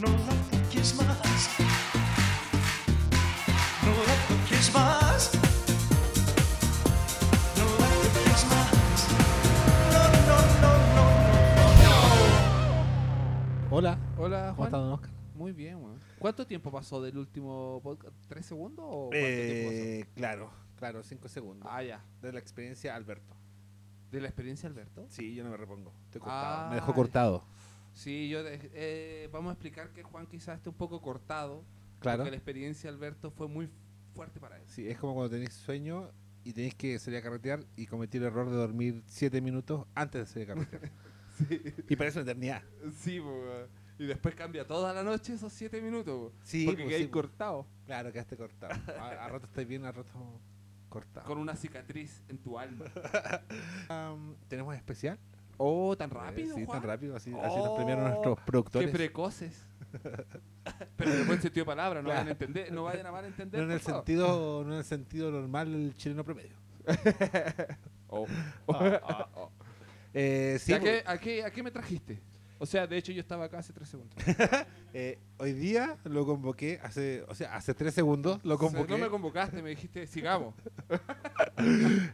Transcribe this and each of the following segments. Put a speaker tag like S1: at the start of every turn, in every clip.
S1: No la toques más. No la toques más. No la toques más. No, no, no, no, no, no.
S2: Hola,
S3: Hola,
S2: ¿cómo
S3: Juan.
S2: estás, don Oscar?
S3: Muy bien, weón. ¿Cuánto tiempo pasó del último podcast? ¿Tres segundos o cuánto tiempo
S4: Eh, claro, claro, cinco segundos.
S3: pasó? Ah, ya.
S4: De la experiencia, Alberto.
S3: ¿De la experiencia, Alberto?
S4: Sí, yo no me repongo. Estoy
S3: Ah,
S4: cortado. Ah,
S2: Me dejó cortado.
S3: Sí, yo. de- eh, vamos a explicar que Juan quizás esté un poco cortado.
S2: Claro.
S3: Porque la experiencia, Alberto, fue muy fuerte para él.
S4: Sí, es como cuando tenéis sueño y tenéis que salir a carretear y cometí el error de dormir siete minutos antes de salir a carretear. Y parece una eternidad.
S3: Sí, po, weón. Y después cambia toda la noche esos siete minutos. weón.
S4: Sí,
S3: porque
S4: pues,
S3: quedáis
S4: sí, pues.
S3: cortado.
S4: Claro, quedaste cortado. A, a rato estáis bien, a rato cortado.
S3: Con una cicatriz en tu alma.
S4: Am, ¿Tenemos especial?
S3: Oh, tan
S4: Eh,
S3: rápido.
S4: sí,
S3: Juan?
S4: tan rápido. Así, así
S3: Oh,
S4: nos premiaron nuestros
S3: Qué
S4: productores.
S3: precoces. Pero en el buen sentido de palabra, no, vayan, a entender, no vayan a mal entender.
S4: no en el sentido, no en el sentido normal del chileno promedio.
S3: Ah,
S4: Eh, sí,
S3: Oh. ¿A,
S4: porque-
S3: qué, a qué- a qué me trajiste? O sea, de hecho yo estaba acá hace tres segundos.
S4: Eh, hoy día lo convoqué hace, o sea, hace tres segundos lo
S3: O sea,
S4: convoqué.
S3: no me convocaste, me dijiste, sigamos.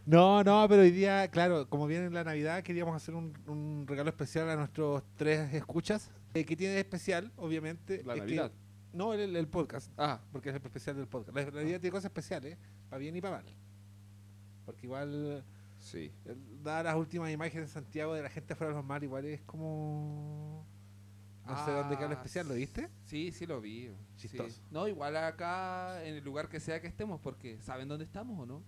S4: no, no, pero hoy día, claro, como viene la Navidad, queríamos hacer un, un regalo especial a nuestros tres escuchas. Eh, que tiene de especial, obviamente.
S3: La
S4: es que-
S3: Navidad.
S4: no, el, el podcast,
S3: Ah,
S4: porque es el especial del podcast. La Navidad tiene cosas especiales, para bien y para mal. Porque igual,
S3: sí.
S4: eh, dadas las últimas imágenes de Santiago de la gente fuera de los mares, igual es como. No sé dónde queda el
S3: Ah,
S4: especial, ¿lo viste?
S3: Sí, sí lo vi. sí.
S4: Chistoso.
S3: No, igual acá, en el lugar que sea que estemos, porque ¿saben dónde estamos o no?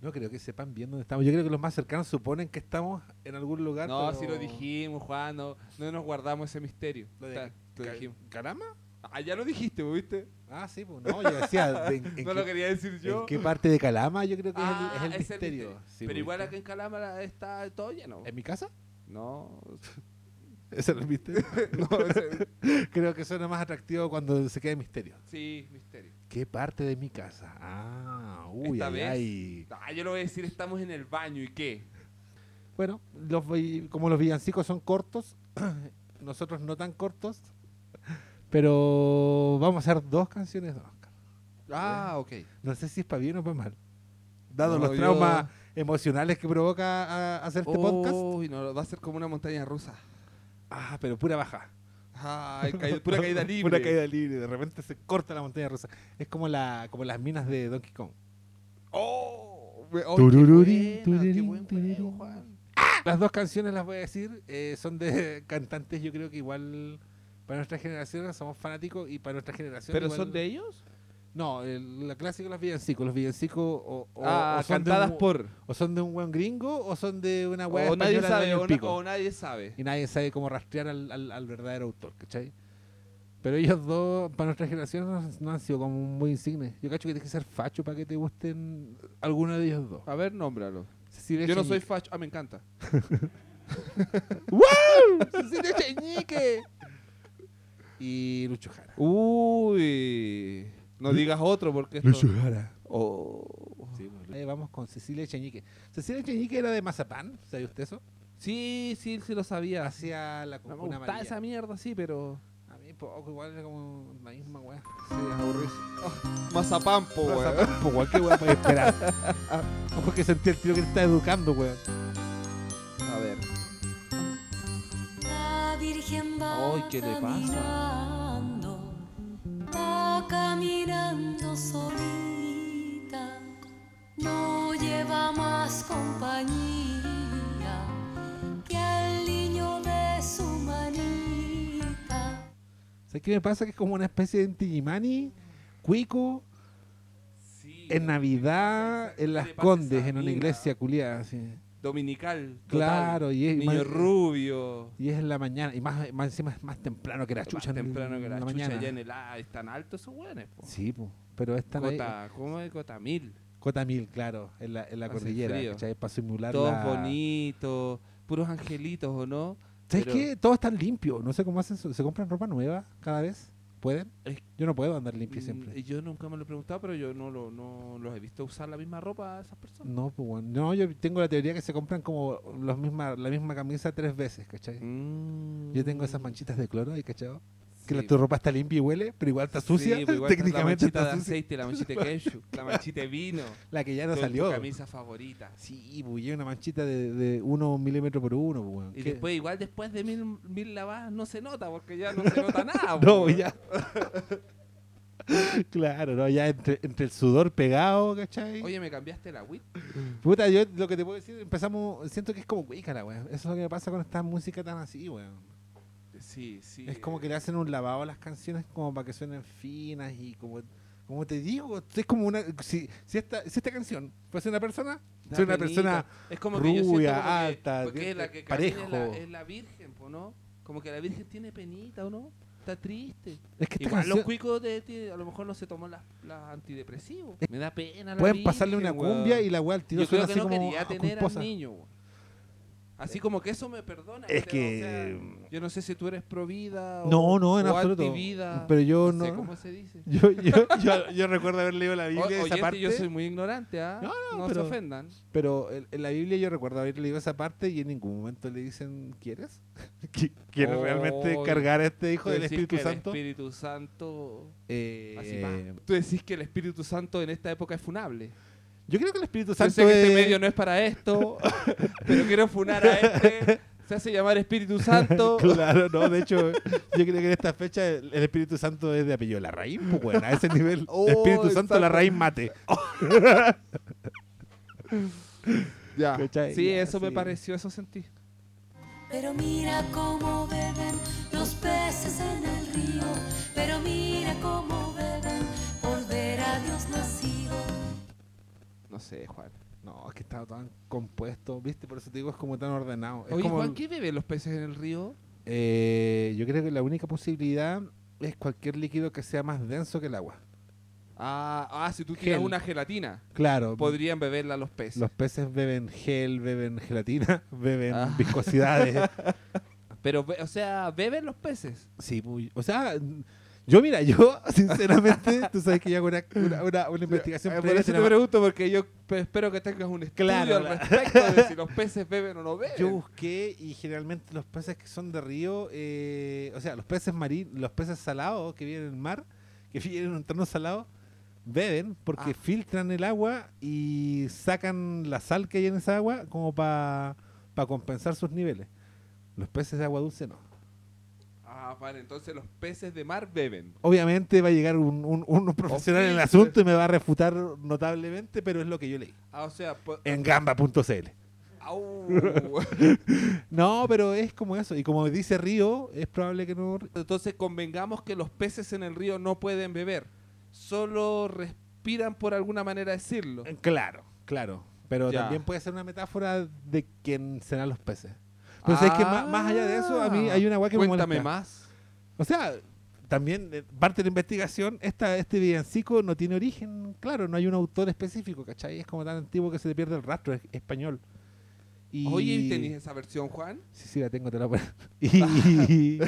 S4: No creo que sepan bien dónde estamos. Yo creo que los más cercanos suponen que estamos en algún lugar.
S3: No,
S4: pero-
S3: sí lo dijimos, Juan, no, no nos guardamos ese misterio.
S4: Lo de-
S3: Está, lo
S4: Ca-
S3: dijimos.
S4: ¿Calama?
S3: Ah, ya lo dijiste, ¿viste?
S4: Ah, sí, pues no, yo decía. de- en, en
S3: No
S4: qué,
S3: lo quería decir
S4: en
S3: yo.
S4: qué parte de Calama yo creo que es el-
S3: Ah,
S4: es el,
S3: es el
S4: misterio.
S3: misterio.
S4: Sí,
S3: Pero
S4: Em- pues,
S3: igual
S4: ¿viste?
S3: acá en Calámara está todo lleno.
S4: ¿En mi casa?
S3: No,
S4: Ese es el misterio.
S3: no, ese-
S4: creo que suena más atractivo cuando se queda en misterio.
S3: sí, misterio.
S4: ¿Qué parte de mi casa? Ah, uy,
S3: Esta
S4: ay,
S3: vez-
S4: ay.
S3: Ah, yo lo voy a decir, estamos en el baño, ¿y qué?
S4: Bueno, los, vi- como los villancicos son cortos, nosotros no tan cortos, pero vamos a hacer dos canciones, don Oscar. Ah,
S3: ok.
S4: No sé si es para bien o para mal. Dado
S3: No,
S4: los
S3: yo-
S4: traumas emocionales que provoca a- hacer este podcast.
S3: Uy, no, va a ser como una montaña rusa.
S4: Ah, pero pura baja.
S3: Ay, caída- pura caída libre.
S4: pura caída libre. De repente se corta la montaña rusa. Es como, la, como las minas de Donkey Kong.
S3: Oh, we- oh, qué
S2: Turururín,
S3: buena,
S2: tururín,
S3: qué buen
S2: tururín.
S3: juego, Juan.
S4: Las dos canciones las voy a decir. eh, son de cantantes, yo creo que igual para nuestra generación somos fanáticos y para nuestra generación.
S3: ¿Pero
S4: igual-
S3: son de ellos?
S4: No, el- la clásica de los villancicos. Los villancicos o, o- o son de
S3: Ah, cantadas
S4: un-
S3: por.
S4: O son de un buen gringo o son de una wea
S3: O nadie
S4: española de
S3: Ah, sabe,
S4: año
S3: o, na-
S4: pico.
S3: o nadie sabe.
S4: y nadie sabe cómo rastrear al, al- al verdadero autor, ¿cachai? Pero ellos dos, para nuestra generación, no, no han sido como muy insignes. Yo cacho que tienes que ser facho para que te gusten alguno de ellos dos.
S3: A ver, nómbralo.
S4: Cecilia
S3: Yo no soy
S4: Cheñique.
S3: facho. Ah, me encanta.
S4: ¡Cecilia Cheñique! y Lucho Jara.
S3: Uy. No digas otro porque esto...
S4: Jara.
S3: Oh.
S4: Sí, pues, Lucho. Eh, vamos con Cecilia Cheñique. Cecilia Cheñique era de Mazapán, ¿sabe usted eso?
S3: Sí, sí, sí lo sabía.
S4: Hacía la
S3: No me
S4: comuna
S3: gustaba
S4: amarilla.
S3: esa mierda, sí, pero...
S4: A mí poco, igual era como la misma wea.
S3: Sí, es aburrido. Mazapán, po, weón.
S4: Mazapán, po, weón, qué wea para esperar. Ojo que sentí el tío que te está educando, weón.
S3: A ver.
S5: La Virgen va
S3: Ay, ¿qué le pasa?
S5: caminando, va caminando solita, no lleva más compañía que al niño de su manita.
S4: ¿Sabes qué me pasa? Que es como una especie de Antigimani, Cuico,
S3: Sí.
S4: en Navidad, en Las
S3: ¿Qué le pasa a esa
S4: Condes, en una
S3: mina?
S4: iglesia culiada. así.
S3: Dominical. total.
S4: Claro, y es,
S3: Niño
S4: más-
S3: rubio.
S4: y es en la mañana, y más, más encima es más temprano que la
S3: Más
S4: chucha. en-
S3: temprano que
S4: en
S3: la, chucha
S4: mañana.
S3: allá en el... Ah, están altos esos weones, po.
S4: Sí, po, pero están ahí-
S3: Cota, ¿cómo es Cota Mil?
S4: Cota Mil, claro, en la, en la
S3: Hace
S4: cordillera,
S3: frío.
S4: ¿cachai? Para simular
S3: Todos
S4: la-
S3: bonitos, puros angelitos, ¿o no?
S4: ¿Sabes
S3: pero-
S4: qué? Todos están limpios, no sé cómo hacen, su- se compran ropa nueva cada vez, ¿pueden?
S3: Es-
S4: Yo no puedo andar limpio
S3: Mm,
S4: siempre.
S3: y Yo nunca me lo he preguntado, pero yo no, lo, no los he visto usar la misma ropa a esas personas.
S4: No, pues bueno, no, yo tengo la teoría que se compran como los misma, la misma camisa tres veces, ¿cachai? Mm. Yo tengo esas
S3: manchitas
S4: manchitas de cloro ahí, ¿cachado? Que la,
S3: Mm, Sí.
S4: tu ropa está limpia y huele, pero igual está sucia.
S3: Sí, pues igual está
S4: Técnicamente
S3: La manchita
S4: está
S3: de
S4: sucia.
S3: aceite, la manchita de ketchup, la manchita de vino.
S4: La que ya no
S3: tu-
S4: salió.
S3: Tu camisa favorita.
S4: Sí, pues lleva una manchita de, de 1 milímetro por 1. Pues, weón.
S3: Y
S4: ¿Qué?
S3: después, igual después de mil, mil lavadas, no se nota porque ya no se nota nada.
S4: No,
S3: po.
S4: ya. claro, no, ya entre, entre el sudor pegado, ¿cachai?
S3: Oye, me cambiaste la WIT.
S4: Puta, yo lo que te puedo decir, empezamos, siento que es como cuica la weón. Eso es lo que me pasa con esta música tan así, weón.
S3: Sí, sí. eh,
S4: Es como que le hacen un lavado a las canciones como para que suenen finas y como, como te digo, es como una... Si, si, esta, si esta canción fuese una persona,
S3: Da
S4: soy una
S3: penita.
S4: persona...
S3: es como que yo siento
S4: rubia,
S3: como que-
S4: alta,
S3: porque es la que
S4: parejo.
S3: camina Es la, es la virgen, po, ¿no? Como que la virgen tiene penita, ¿o no? Está triste.
S4: Es que esta
S3: Igual los
S4: canción-
S3: cuicos de, ti a lo mejor no se toman las las antidepresivos. Me da pena la
S4: Eh, Pueden
S3: virgen,
S4: pasarle una
S3: weón.
S4: cumbia y la weá al tiro
S3: Yo
S4: suena
S3: creo que
S4: así
S3: no
S4: como
S3: quería
S4: ah,
S3: tener
S4: culposa.
S3: al niño, weón. Así como que eso me perdona. pero,
S4: Es
S3: o
S4: que-
S3: sea, yo no sé si tú eres pro vida o,
S4: No, no, en
S3: o
S4: absoluto.
S3: antivida,
S4: Pero yo
S3: no sé
S4: no-
S3: cómo se dice.
S4: Yo, yo, yo, yo recuerdo haber leído la
S3: O-
S4: Biblia esa
S3: oyente,
S4: parte,
S3: yo soy muy ignorante, ¿ah?
S4: No, no,
S3: no
S4: pero-
S3: se ofendan.
S4: pero en, en la Biblia yo recuerdo haber leído esa parte y en ningún momento le dicen, ¿quieres? ¿Qui- ¿Quieres
S3: Oh,
S4: realmente cargar a este hijo
S3: Tú
S4: del
S3: decís
S4: Espíritu
S3: que el
S4: Santo?
S3: Espíritu Santo.
S4: Eh,
S3: Así va. Tú decís que el Espíritu Santo en esta época es funable.
S4: yo creo que el Espíritu
S3: Yo
S4: Santo
S3: sé que este
S4: es-
S3: medio no es para esto, pero quiero funar a este. Se hace llamar Espíritu Santo.
S4: Claro, no, de hecho, yo creo que en esta fecha el, el Espíritu Santo es de apellido Larraín, pues bueno, a ese nivel.
S3: Oh,
S4: Espíritu Santo
S3: exacto.
S4: Larraín mate.
S3: Ya.
S4: ¿Cachai?
S3: Sí,
S4: Ya,
S3: eso me
S4: sí.
S3: pareció, eso sentí.
S5: Pero mira cómo beben los peces en el río. Pero mira cómo beben por ver a Dios nacido.
S3: No sé, Juan.
S4: No, es que estaba tan compuesto, ¿viste? Por eso te digo, es como tan ordenado. Es
S3: Oye,
S4: como,
S3: Juan, ¿qué beben los peces en el río?
S4: eh, yo creo que la única posibilidad es cualquier líquido que sea más denso que el agua.
S3: Ah, ah, si tú tienes
S4: Gel.
S3: una gelatina,
S4: Claro,
S3: podrían beberla los peces.
S4: los peces beben gel, beben gelatina, beben
S3: Ah.
S4: viscosidades.
S3: Pero, be- o sea, beben los peces.
S4: Sí, muy- o sea, yo mira, yo sinceramente, tú sabes que yo hago una, una, una- una investigación
S3: Eh, por
S4: previa,
S3: eso
S4: se
S3: te
S4: llama-
S3: pregunto, porque yo pe- espero que tengas un estudio
S4: Claro,
S3: al
S4: la-
S3: respecto de si los peces beben o no beben.
S4: Yo busqué y generalmente los peces que son de río, eh, o sea, los peces marinos, los peces salados que viven en el mar, que viven en entornos salados, beben porque
S3: Ah.
S4: filtran el agua y sacan la sal que hay en esa agua como para compensar sus niveles. Los peces de agua dulce no.
S3: Ah, vale, entonces los peces de mar beben.
S4: Obviamente va a llegar un, un- un profesional en el
S3: filtros.
S4: asunto y me va a refutar notablemente, pero es lo que yo leí.
S3: Ah, o sea, po-
S4: En gamba.cl.
S3: au.
S4: No, pero es como eso. Y como dice Río, es probable que no
S3: entonces convengamos que los peces en el río no pueden beber, solo respiran por alguna manera decirlo.
S4: Eh, Claro, claro. Pero
S3: Ya.
S4: también puede ser una metáfora de quién serán los peces. Pero sabes pues que más, más allá de eso, a mí hay una guay que
S3: Ah. Cuéntame
S4: me molesta.
S3: más.
S4: O sea, también eh, parte de la investigación, esta, este villancico no tiene origen, claro, no hay un autor específico, ¿cachai? Es como tan antiguo que se le pierde el rastro, es español. Y...
S3: Oye, ¿tenéis esa versión, Juan?
S4: Sí, sí, la tengo, te la voy a- y,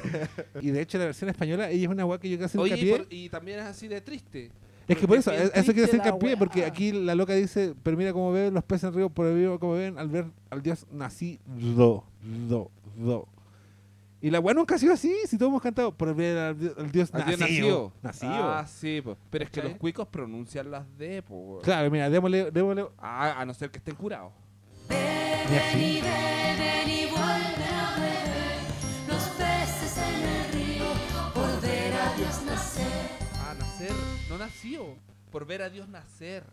S4: y de hecho la versión española, ella es una guay que yo que hace
S3: Oye, y,
S4: hincapié.
S3: por- y también es así de triste.
S4: Es que por
S3: Porque
S4: eso,
S3: es bien
S4: eh, eso quiero
S3: triste
S4: hacer
S3: la
S4: hincapié, porque
S3: weá.
S4: aquí la loca dice, pero mira cómo ven los peces en río, por el río como ven al ver al dios nacido, do, do. Y la weá nunca ha sido así, si todos hemos cantado, por ver al, di- al dios
S3: Al día
S4: nacido. Nacido.
S3: nacido. Ah, sí, po. pero es que
S4: oh, ¿Cachai?
S3: los cuicos pronuncian las D, po. weón.
S4: Claro, mira, démosle, démosle.
S3: Ah, a no ser que estén curados.
S5: Beben y beben y vuelven a beber los peces en el río por ver a Dios nacer.
S3: Ah, nacer, no nació. Por ver a Dios nacer.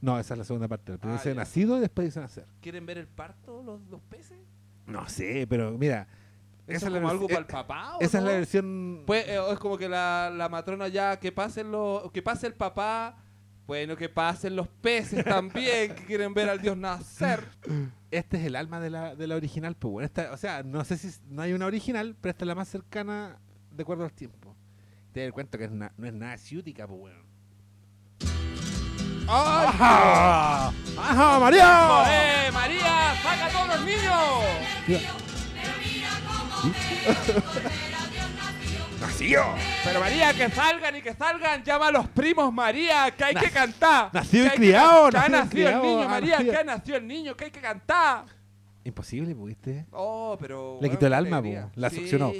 S4: No, esa es la segunda parte. Primero
S3: Ah,
S4: dice
S3: ya.
S4: nacido y después dice nacer.
S3: ¿Quieren ver el parto los, los peces? ¿Eso
S4: No sé, pero mira, Esa
S3: es
S4: es la
S3: como algo
S4: vers- eh,
S3: para el papá? ¿o
S4: esa es la
S3: no?
S4: versión.
S3: Pues, eh, o es como que la, la matrona ya, que pasen los, que pase el papá, bueno, que pasen los peces también, que quieren ver al Dios nacer.
S4: Este es el alma de la, de la original, pues bueno, esta, o sea, no sé si s- no hay una original, pero esta es la más cercana de acuerdo al tiempo. Te das cuenta que es na- no es nada ciútica, pues bueno.
S3: ¡Ay!
S4: ¡Ajá! ¡Ajá, María!
S3: ¡Eh, María! ¡Saca a todos los niños!
S4: ¡Nacido!
S3: Pero María, que salgan y que salgan, llama a los primos María, que hay que cantar.
S4: nacido y
S3: Que hay que
S4: criado,
S3: can- Que ha
S4: nacido y
S3: nacido el
S4: criado,
S3: niño,
S4: ah,
S3: María,
S4: nacido.
S3: que ha nacido el niño, que hay que cantar.
S4: Imposible, pues, ¿viste?
S3: Oh, pero.
S4: Le
S3: weón,
S4: quitó el
S3: qué
S4: alma,
S3: alegría.
S4: po, la
S3: Sí,
S4: succionó.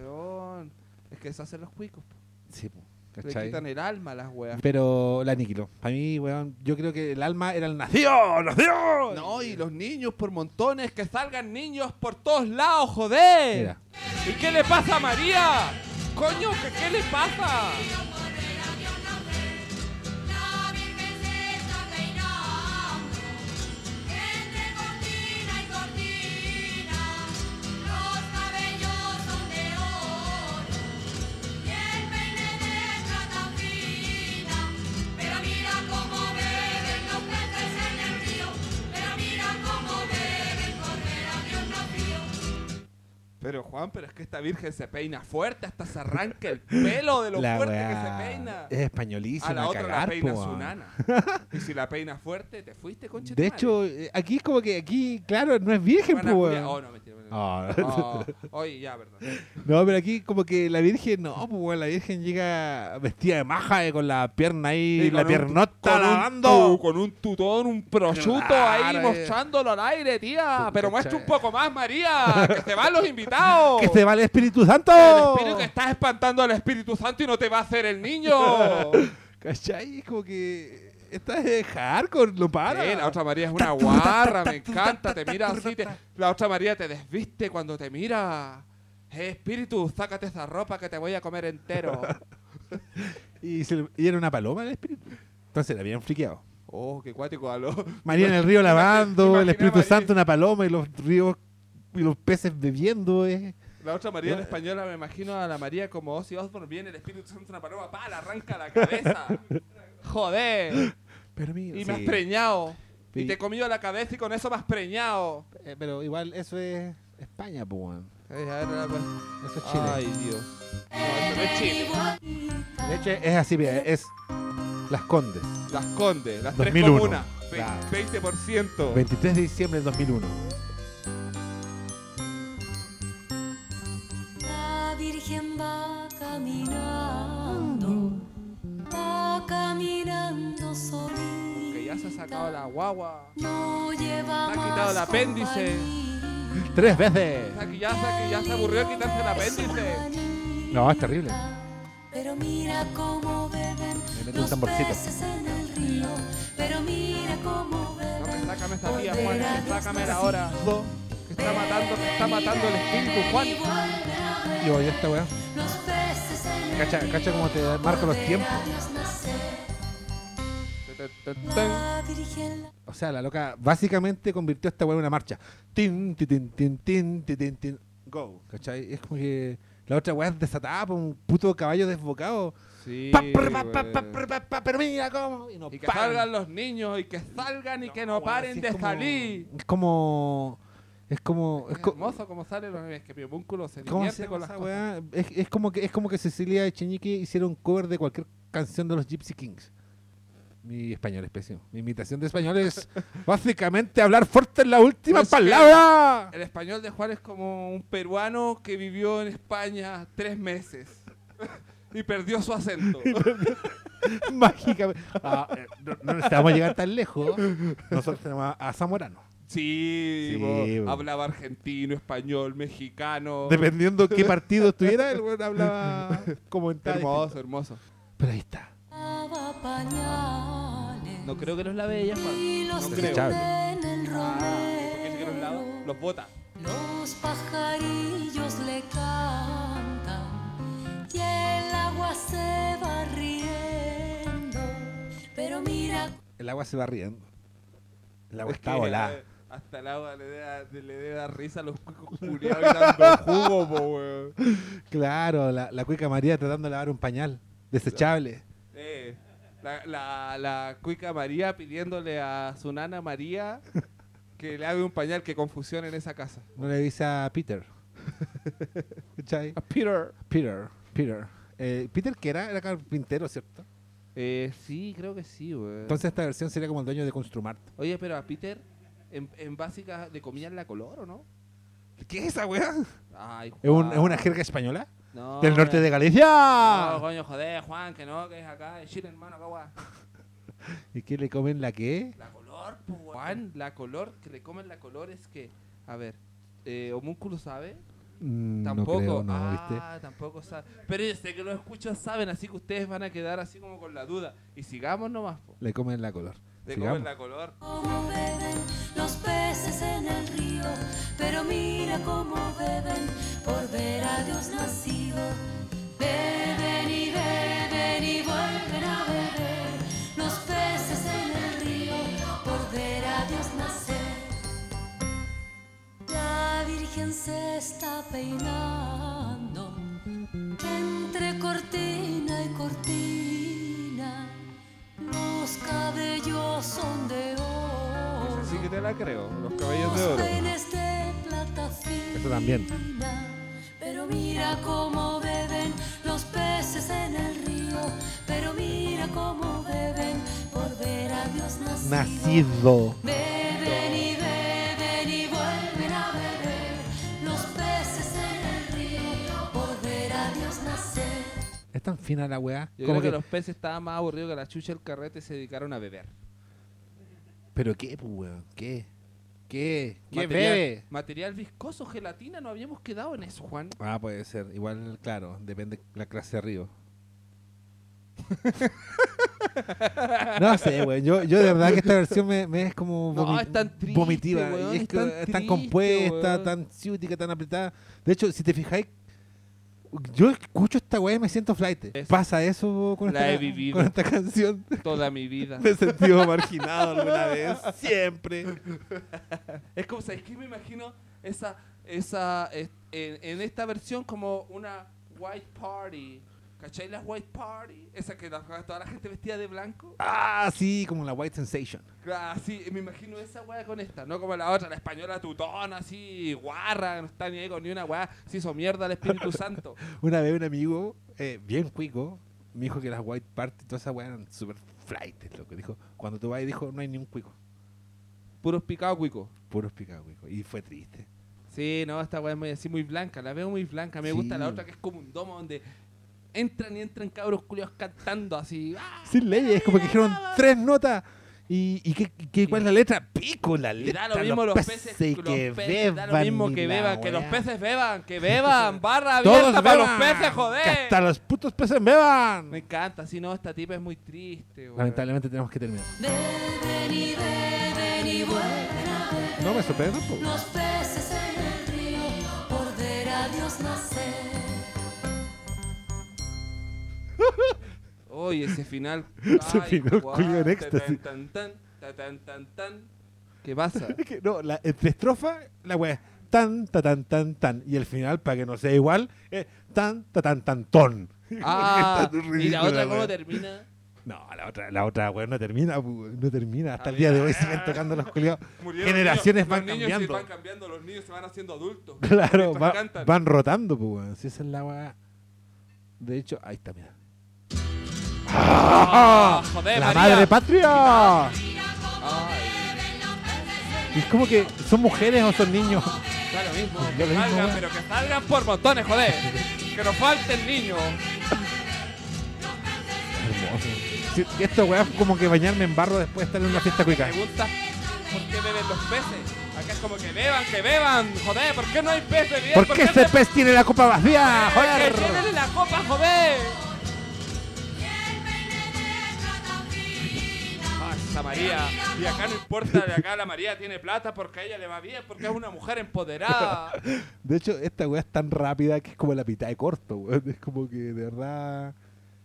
S3: weón. Es que se hacen los cuicos. po.
S4: Sí, po,
S3: Le
S4: ¿cachai?
S3: quitan el alma a las weas.
S4: Pero la aniquiló. Para mí, weón, yo creo que el alma era el nacido, nacido.
S3: No, y los niños por montones, que salgan niños por todos lados, joder.
S4: Mira.
S3: ¿Y qué le pasa a María? Coño, ¿qué, qué le pasa?
S2: La Virgen se está peinando entre cortina y cortina. Los cabellos son de oro y el peine de plata fina. Pero mira cómo beben los peces en el río. Pero mira cómo beben correr a Dios no frío.
S3: Pero Juan, pero es que esta virgen se peina fuerte, hasta se arranca el pelo de lo fuerte
S4: weá Eh,
S3: que se peina.
S4: Es españolísima.
S3: A la otra
S4: cagar,
S3: la peina
S4: po,
S3: su
S4: weón.
S3: nana. Y si la peina fuerte, te fuiste, conche tu
S4: De
S3: madre.
S4: hecho, eh, aquí es como que aquí, claro, no es virgen,
S3: Van a
S4: po,
S3: culiar-
S4: weón.
S3: Oh, no, mentira. mentira.
S4: Ah,
S3: Oh, oye, ya, perdón.
S4: No, pero aquí como que la Virgen, no, pues weón, la Virgen llega vestida de maja eh, con la pierna ahí,
S3: Y Eh, con
S4: la
S3: un-
S4: piernota
S3: con un
S4: lavando.
S3: tu- con un tutón, un prosciutto
S4: Claro,
S3: ahí
S4: eh.
S3: mostrándolo al aire, tía.
S4: Puta,
S3: Pero muestra un
S4: chay.
S3: poco más, María. Que se van los invitados.
S4: ¡Que se va el Espíritu Santo!
S3: El espíritu que estás espantando al Espíritu Santo y no te va a hacer el niño.
S4: ¿Cachai? Es como que esta es hardcore, lo para.
S3: Eh, la otra María es una guarra, me encanta. Te mira así. te- la otra María te desviste cuando te mira. Eh, espíritu, sácate esa ropa que te voy a comer entero.
S4: Y, se le- y era una paloma el Espíritu. Entonces la habían friqueado.
S3: Oh, qué cuático, aló.
S4: María en el río lavando, el
S3: imagina a
S4: Espíritu
S3: María-
S4: Santo una paloma y los ríos y los peces bebiendo. eh.
S3: La otra María en española, me imagino a la María como Ozzy Osbourne, viene el Espíritu Santo una paloma, pa, le arranca la cabeza. Joder,
S4: Pero,
S3: y
S4: mira,
S3: me has
S4: sí.
S3: preñado. Y
S4: Sí.
S3: te he comido la cabeza y con eso me has preñado.
S4: Eh, pero igual eso es España, pues, weón. Eso es Chile.
S3: Ay, Dios. No, esto no es Chile.
S4: De hecho, es así, mira, es Las Condes.
S3: Las Condes, las
S4: 2001.
S3: tres
S4: Claro.
S3: comunas, vein- 20%.
S4: 23 de diciembre del 2001.
S5: La Virgen va caminando, va caminando solita.
S3: Que ya se ha sacado la guagua.
S5: No lleva
S3: Se ha quitado el
S5: más
S3: apéndice.
S5: compañía.
S4: ¡Tres veces!
S3: O sea, que ya, se- que ya se aburrió de quitarse el
S5: Es
S3: apéndice.
S5: Juanita,
S4: No, es terrible.
S5: Pero mira cómo beben
S4: Me mete un
S5: los
S4: tamborcito.
S5: peces en el río. Pero mira
S3: No,
S5: cómo
S3: que
S5: beben.
S3: sácame esta tía, Juan, que sácame la hora. Que está matando, que está matando el espíritu, Juan.
S5: Y vuelven a ver
S4: Y oye esta weá.
S5: los peces en el
S4: Cacha,
S5: río.
S4: cacha como te marca los
S5: Ver a
S4: tiempos.
S5: Dios nacer.
S3: Tan.
S5: La Virgen la
S4: O sea, la loca básicamente convirtió esta weá en una marcha. Tin, ti, tin, tin, tin, ti, tin, tin. Go. ¿Cachai? Es como que la otra weá es desatada por un puto caballo desbocado.
S3: Sí,
S4: Pa, prr, pa, pa,
S3: güey.
S4: pa, prr, pa, pa, pero mira cómo. Y no
S3: Y que
S4: paran.
S3: salgan los niños y que salgan y que no
S4: weón,
S3: paren
S4: así
S3: de
S4: es como-
S3: salir.
S4: Es como. Es como. Es
S3: Es
S4: co-
S3: hermoso como salen los niños, que mi homúnculo se
S4: ¿Cómo
S3: divierte
S4: se
S3: con
S4: llama
S3: las
S4: esa
S3: cosas.
S4: weá? Es, es como que, es como que Cecilia Echeñique hiciera un cover de cualquier canción de los Gypsy Kings. Mi español es pésimo. Mi imitación de español es básicamente hablar fuerte en la última
S3: Es que-
S4: palabra.
S3: El español de Juan es como un peruano que vivió en España tres meses y perdió su acento.
S4: Mágicamente. Ah, eh, no, no necesitamos llegar tan lejos. Nosotros tenemos a, a Zamorano.
S3: Sí,
S4: Sí,
S3: bo,
S4: bo.
S3: hablaba argentino, español, mexicano.
S4: Oh. Dependiendo qué partido estuviera, el weón hablaba como en tal.
S3: hermoso, hermoso.
S4: Pero ahí está.
S5: lava pañales.
S3: No creo Ah, que los lave ella, Juan.
S5: Y los
S3: No
S5: prende
S4: creo.
S5: en el
S3: Ah, porque si que los lava,
S5: romero.
S3: los bota.
S5: Los pajarillos le cantan y el agua se va riendo. Pero mira
S4: El agua se va riendo. El agua
S3: Es
S4: está
S3: que,
S4: volada.
S3: eh, Hasta el agua le debe dar- le debe dar risa a los cuicos culiados dando jugo, po, weón.
S4: Claro, la, la cuica María tratando de lavar un pañal. Desechable.
S3: Eh, la, la, la cuica María pidiéndole a su nana María que le haga un pañal, que confusión en esa casa.
S4: No le dice a Peter. ¿Cachai?
S3: Peter.
S4: Peter, Peter. Eh, Peter que era, era carpintero, ¿cierto?
S3: Eh, sí, creo que sí, weón.
S4: Entonces esta versión sería como el dueño de Construmart.
S3: Oye, pero a Peter, en, en básica, ¿le comían la color o no?
S4: ¿Qué es esa weá?
S3: Ay,
S4: ¿Es, un-
S3: Juan.
S4: es una jerga española?
S3: No,
S4: ¿Del norte de
S3: No,
S4: Galicia?
S3: coño, joder, Juan, que no, que es acá de Chile, hermano, acá, weón.
S4: ¿Y qué le comen la qué?
S3: La color, po, weón. Juan, la color, que le comen la color es que, a ver, eh, homúnculo sabe
S4: Mm,
S3: Tampoco.
S4: No creo, no,
S3: ah, tampoco sabe. Pero yo sé que los escuchas saben, así que ustedes van a quedar así como con la duda. Y sigamos nomás, po.
S4: ¿viste? Le comen la color.
S3: De cómo
S4: Sigamos.
S3: es la color.
S5: Cómo beben los peces en el río, pero mira cómo beben por ver a Dios nacido. Beben y beben y vuelven a beber los peces en el río por ver a Dios nacer. La Virgen se está peinando entre cortina y cortina. Los cabellos son de oro,
S6: Así que te la creo, los cabellos
S5: los
S6: de oro.
S5: peines de plata fina.
S4: Eso también.
S5: Pero mira cómo beben los peces en el río. Pero mira cómo beben por ver a Dios nacido.
S4: Nacido.
S5: Beben y beben y vuelven a beber los peces en el río por ver a Dios nacer.
S4: Es tan fina la weá.
S3: Yo creo
S4: como
S3: que,
S4: que-
S3: los peces estaban más aburridos que la chucha del carrete y se dedicaron a beber.
S4: ¿Pero qué, pues, weón? ¿Qué? ¿Qué? ¿Qué
S3: material,
S4: bebe?
S3: Material viscoso, gelatina, no habíamos quedado en eso, Juan.
S4: Ah, puede ser. Igual, claro, depende la clase de río. no sé, weón. Yo, yo de verdad que esta versión me, me es como
S3: No,
S4: vomi-
S3: es tan triste,
S4: vomitiva.
S3: weón,
S4: y es,
S3: es
S4: que
S3: tan
S4: es
S3: triste,
S4: tan compuesta,
S3: weón.
S4: tan ciútica, tan apretada. De hecho, si te fijáis, yo escucho esta weá y me siento flight.
S3: Es-
S4: Pasa eso con
S3: La
S4: esta,
S3: he vivido.
S4: con esta canción.
S3: Toda mi vida.
S4: Me he sentido marginado alguna vez. Siempre.
S3: Es como, ¿sabes qué? Me imagino esa, esa, es- en, en esta versión como una white party. ¿Cachai las white party? Esa que la- toda la gente vestida de blanco.
S4: Ah, sí, como la White Sensation.
S3: Claro, así, me imagino esa weá con esta, no como la otra, la española tutona, así, guarra, no está ni ahí con ni una weá, se hizo mierda el Espíritu Santo.
S4: Una vez un amigo, eh, bien cuico, me dijo que las white party y todas esas weas eran súper flight, lo que dijo. Cuando tú vas y dijo, no hay ni un cuico.
S3: Puros picados cuicos.
S4: Puros picados cuico. Y fue triste.
S3: Sí, no, esta weá es muy así, muy blanca, la veo muy blanca, me
S4: Sí.
S3: gusta la otra que es como un domo donde entran y entran cabros culios cantando así. ¡ah!
S4: Sin leyes, es como que dijeron tres notas. ¿Y, y qué, qué- cuál es la letra? Pico la
S3: Y
S4: letra.
S3: da lo mismo los peces,
S4: y
S3: los peces, da lo
S4: beban
S3: mismo
S4: y
S3: que
S4: la
S3: beban, que los
S4: wea.
S3: peces beban, que beban, barra abierta
S4: Todos
S3: para
S4: beban,
S3: los peces,
S4: que
S3: joder.
S4: hasta los putos peces beban.
S3: Me encanta, si no, esta tipa es muy triste, weón.
S4: Lamentablemente tenemos que terminar.
S5: Beben y beben y vuelven a beber
S4: No me sorprende tampoco.
S5: los peces en el río por ver a Dios nacer.
S3: Oye, ese final.
S4: Ese
S3: Ay,
S4: final,
S3: guau,
S4: culiao, en
S3: ta,
S4: éxtasis.
S3: tan, tan, ta, tan, tan, tan. ¿Qué pasa?
S4: Es que, no, la entre estrofa, la wea es tan, ta, tan, tan, tan. Y el final, para que no sea igual, es tan, ta, tan, tan, ton.
S3: Ah,
S4: Está tan
S3: y la
S4: ridícula,
S3: otra, ¿cómo
S4: weón.
S3: termina?
S4: No, la otra, la otra wea no termina, pu, no termina. Hasta el día de hoy siguen tocando los culiados.
S6: Murieron
S4: Generaciones
S6: niños,
S4: van
S6: los niños se
S4: cambiando.
S6: van cambiando, los niños se van haciendo adultos.
S4: Claro,
S6: Estos
S4: va-
S6: cantan.
S4: van rotando, pu, weón. Si esa es la wea. De hecho, ahí está, mira.
S3: Ah,
S6: Eh,
S3: joder,
S4: ¡La
S3: María.
S4: madre patria!
S3: Ay,
S4: Y es como que son mujeres o son niños.
S3: da lo mismo.
S4: Da lo
S3: Que
S4: mismo,
S3: salgan,
S4: weón.
S3: pero que salgan por montones, joder. Que nos falte el niño.
S4: Hermoso. Sí, y esta wea es como que bañarme en barro después de estar en una fiesta cuica.
S3: Preguntas por qué beben los peces. Acá es como que beban, que beban, joder. ¿Por qué no hay peces bien?
S4: ¿Por qué
S3: se
S4: este pez tiene la copa vacía?
S3: ¡Que
S4: ¡Joder!
S3: llénenle la copa, joder! Ah, esa María.
S6: Y acá no importa, de acá la María tiene plata porque a ella le va bien, porque es una mujer empoderada.
S4: De hecho, esta weá es tan rápida que es como la mitad de corto, weón. Es como que de verdad.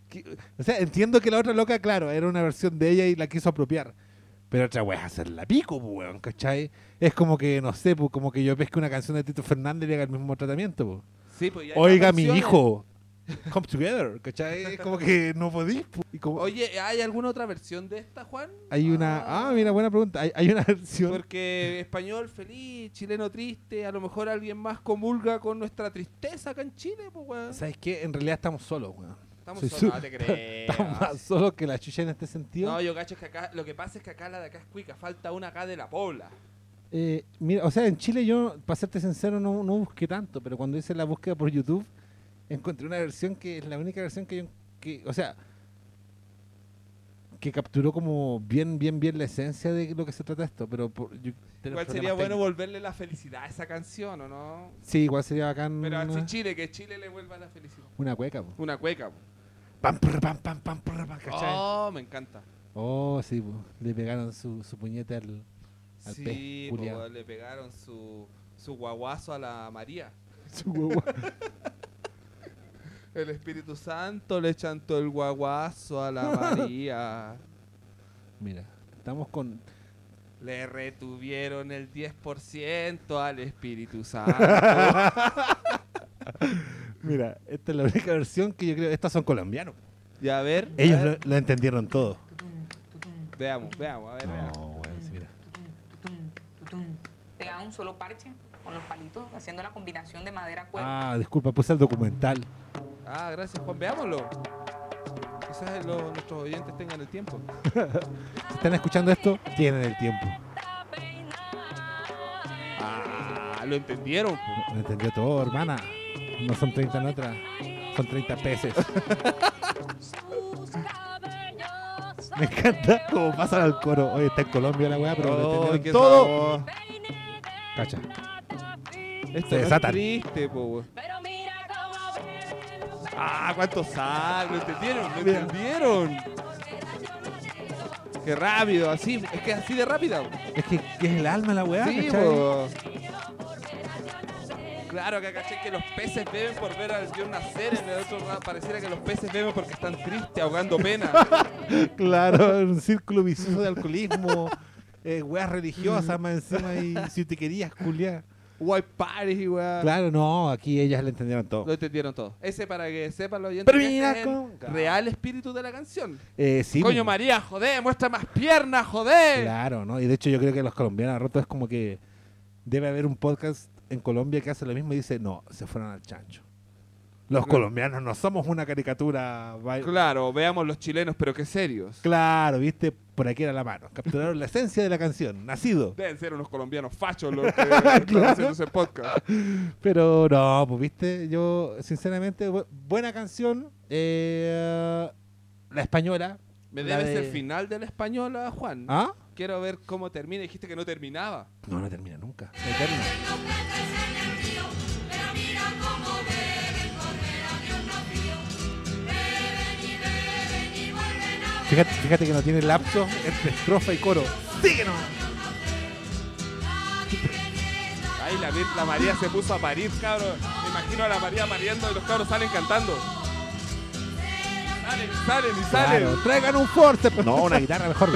S4: que- O sea, entiendo que la otra loca, claro, era una versión de ella y la quiso apropiar. Pero otra weá es hacerla pico, pues, weón, ¿cachai? Es como que, no sé, pues, como que yo pesque una canción de Tito Fernández y le haga el mismo tratamiento, pues.
S3: Sí, pues, y hay
S4: Oiga,
S3: más
S4: mi
S3: opciones.
S4: hijo. Come together, ¿cachai? Es como que no podís, pues. Y como-
S3: Oye, ¿hay alguna otra versión de esta, Juan?
S4: Hay una. Ah, mira, buena pregunta. Hay, hay una versión.
S3: Porque español feliz, chileno triste, a lo mejor alguien más comulga con nuestra tristeza acá en Chile, pues, weón.
S4: ¿Sabes qué? En realidad estamos solos, weón.
S3: Estamos
S4: soy
S3: solos,
S4: su-
S3: no te creo.
S4: Estamos más solos que la chucha en este sentido.
S3: Eh, No, yo cacho es que acá, lo que pasa es que acá la de acá es cuica, falta una acá de la pobla.
S4: Eh, mira, o sea, en Chile yo, para serte sincero, no, no busqué tanto, pero cuando hice la búsqueda por YouTube, encontré una versión que es la única versión que yo, que, o sea, que capturó como bien, bien, bien la esencia de lo que se trata esto. Pero por- yo- de los
S3: Igual
S4: programas
S3: sería bueno
S4: técnicos.
S3: volverle la felicidad a esa canción, ¿o no?
S4: Sí, igual sería bacán.
S3: Pero así
S4: una,
S3: Chile, que Chile le vuelva la felicidad.
S4: una cueca, po.
S3: Una cueca. po.
S4: Pam, prr, pam, pam, pam, prr, pam, ¿cachai?
S3: Oh, me encanta.
S4: Oh, sí, po. le pegaron su, su puñete al. Al
S3: Sí,
S4: pez,
S3: po,
S4: culiao.
S3: le pegaron su, su guaguazo a la María.
S4: su huevo.
S3: El Espíritu Santo le chantó el guaguazo a la María.
S4: Mira, estamos con.
S3: Le retuvieron el 10% al Espíritu Santo.
S4: Mira, esta es la única versión que yo creo. Estas son colombianos.
S3: y a ver, a
S4: Ellos lo,
S3: ver,
S4: lo entendieron todo.
S3: veamos, veamos, a ver, veamos.
S4: No, bueno, sí, mira.
S7: Pegaba un solo parche con los palitos, haciendo la combinación de madera cuerda.
S4: Ah, disculpa, puse el documental.
S3: Ah, gracias Juan, veámoslo. Quizás lo- nuestros oyentes tengan el tiempo.
S4: Si están escuchando esto, tienen el tiempo.
S3: Ah, lo entendieron. po.
S4: Lo entendió todo, hermana. No son 30 letras, son 30 peces. Me encanta cómo pasan al coro. Oye, está en Colombia la weá, pero lo
S3: Oh,
S4: entendieron
S3: qué
S4: todo.
S3: sabor.
S4: Cacha.
S3: Esto
S4: Se
S3: no es
S4: desatan.
S3: triste, po, we. Ah, cuánto sal, lo entendieron, lo
S4: Mira.
S3: entendieron. Qué rápido, así, es que así de rápida. po.
S4: Es que, que es el alma la weá,
S3: Sí,
S4: ¿cachai?
S3: po. Claro que caché que los peces beben por ver al dios nacer en el otro lado. Pareciera que los peces beben porque están tristes, ahogando pena.
S4: Claro, un círculo vicioso de alcoholismo, eh, weas religiosas más encima y si te querías culiar.
S3: White party, weá.
S4: Claro, no, aquí ellas le entendieron
S3: Lo
S4: todo.
S3: entendieron todo. Ese para que sepan los oyentes.
S4: Pero
S3: que
S4: mira
S3: este es el
S4: con-
S3: real espíritu de la canción.
S4: Eh, sí,
S3: Coño,
S4: pues,
S3: María, joder, muestra más piernas, joder.
S4: Claro, ¿no? Y de hecho yo creo que los colombianos rotos es como que debe haber un podcast en Colombia que hace lo mismo y dice, no, se fueron al chancho. Los colombianos no somos una caricatura. vai-
S3: Claro, veamos los chilenos, pero qué serios.
S4: Claro, viste, por aquí era la mano. Capturaron la esencia de la canción, nacido.
S3: Deben ser unos colombianos fachos los que están haciendo ese podcast.
S4: Pero no, pues viste, yo sinceramente, bu- buena canción. eh, la española.
S3: Me
S4: la
S3: debes
S4: de-
S3: el final de la española, Juan.
S4: ¿Ah?
S3: Quiero ver cómo termina. Dijiste que no terminaba.
S4: No, no termina nunca. Eterna.
S8: Los peces en el río, pero mira cómo beben, correr a Dios nacido. Beben y beben y vuelven a beber.
S4: Fíjate, fíjate que no tiene lapso entre estrofa y coro. ¡Síguenos!
S3: Ahí la, Vir- la María se puso a parir, cabrón. Me imagino a la María pariendo y los cabros salen cantando. Salen, salen y salen.
S4: Claro, traigan un forte. No, una guitarra mejor.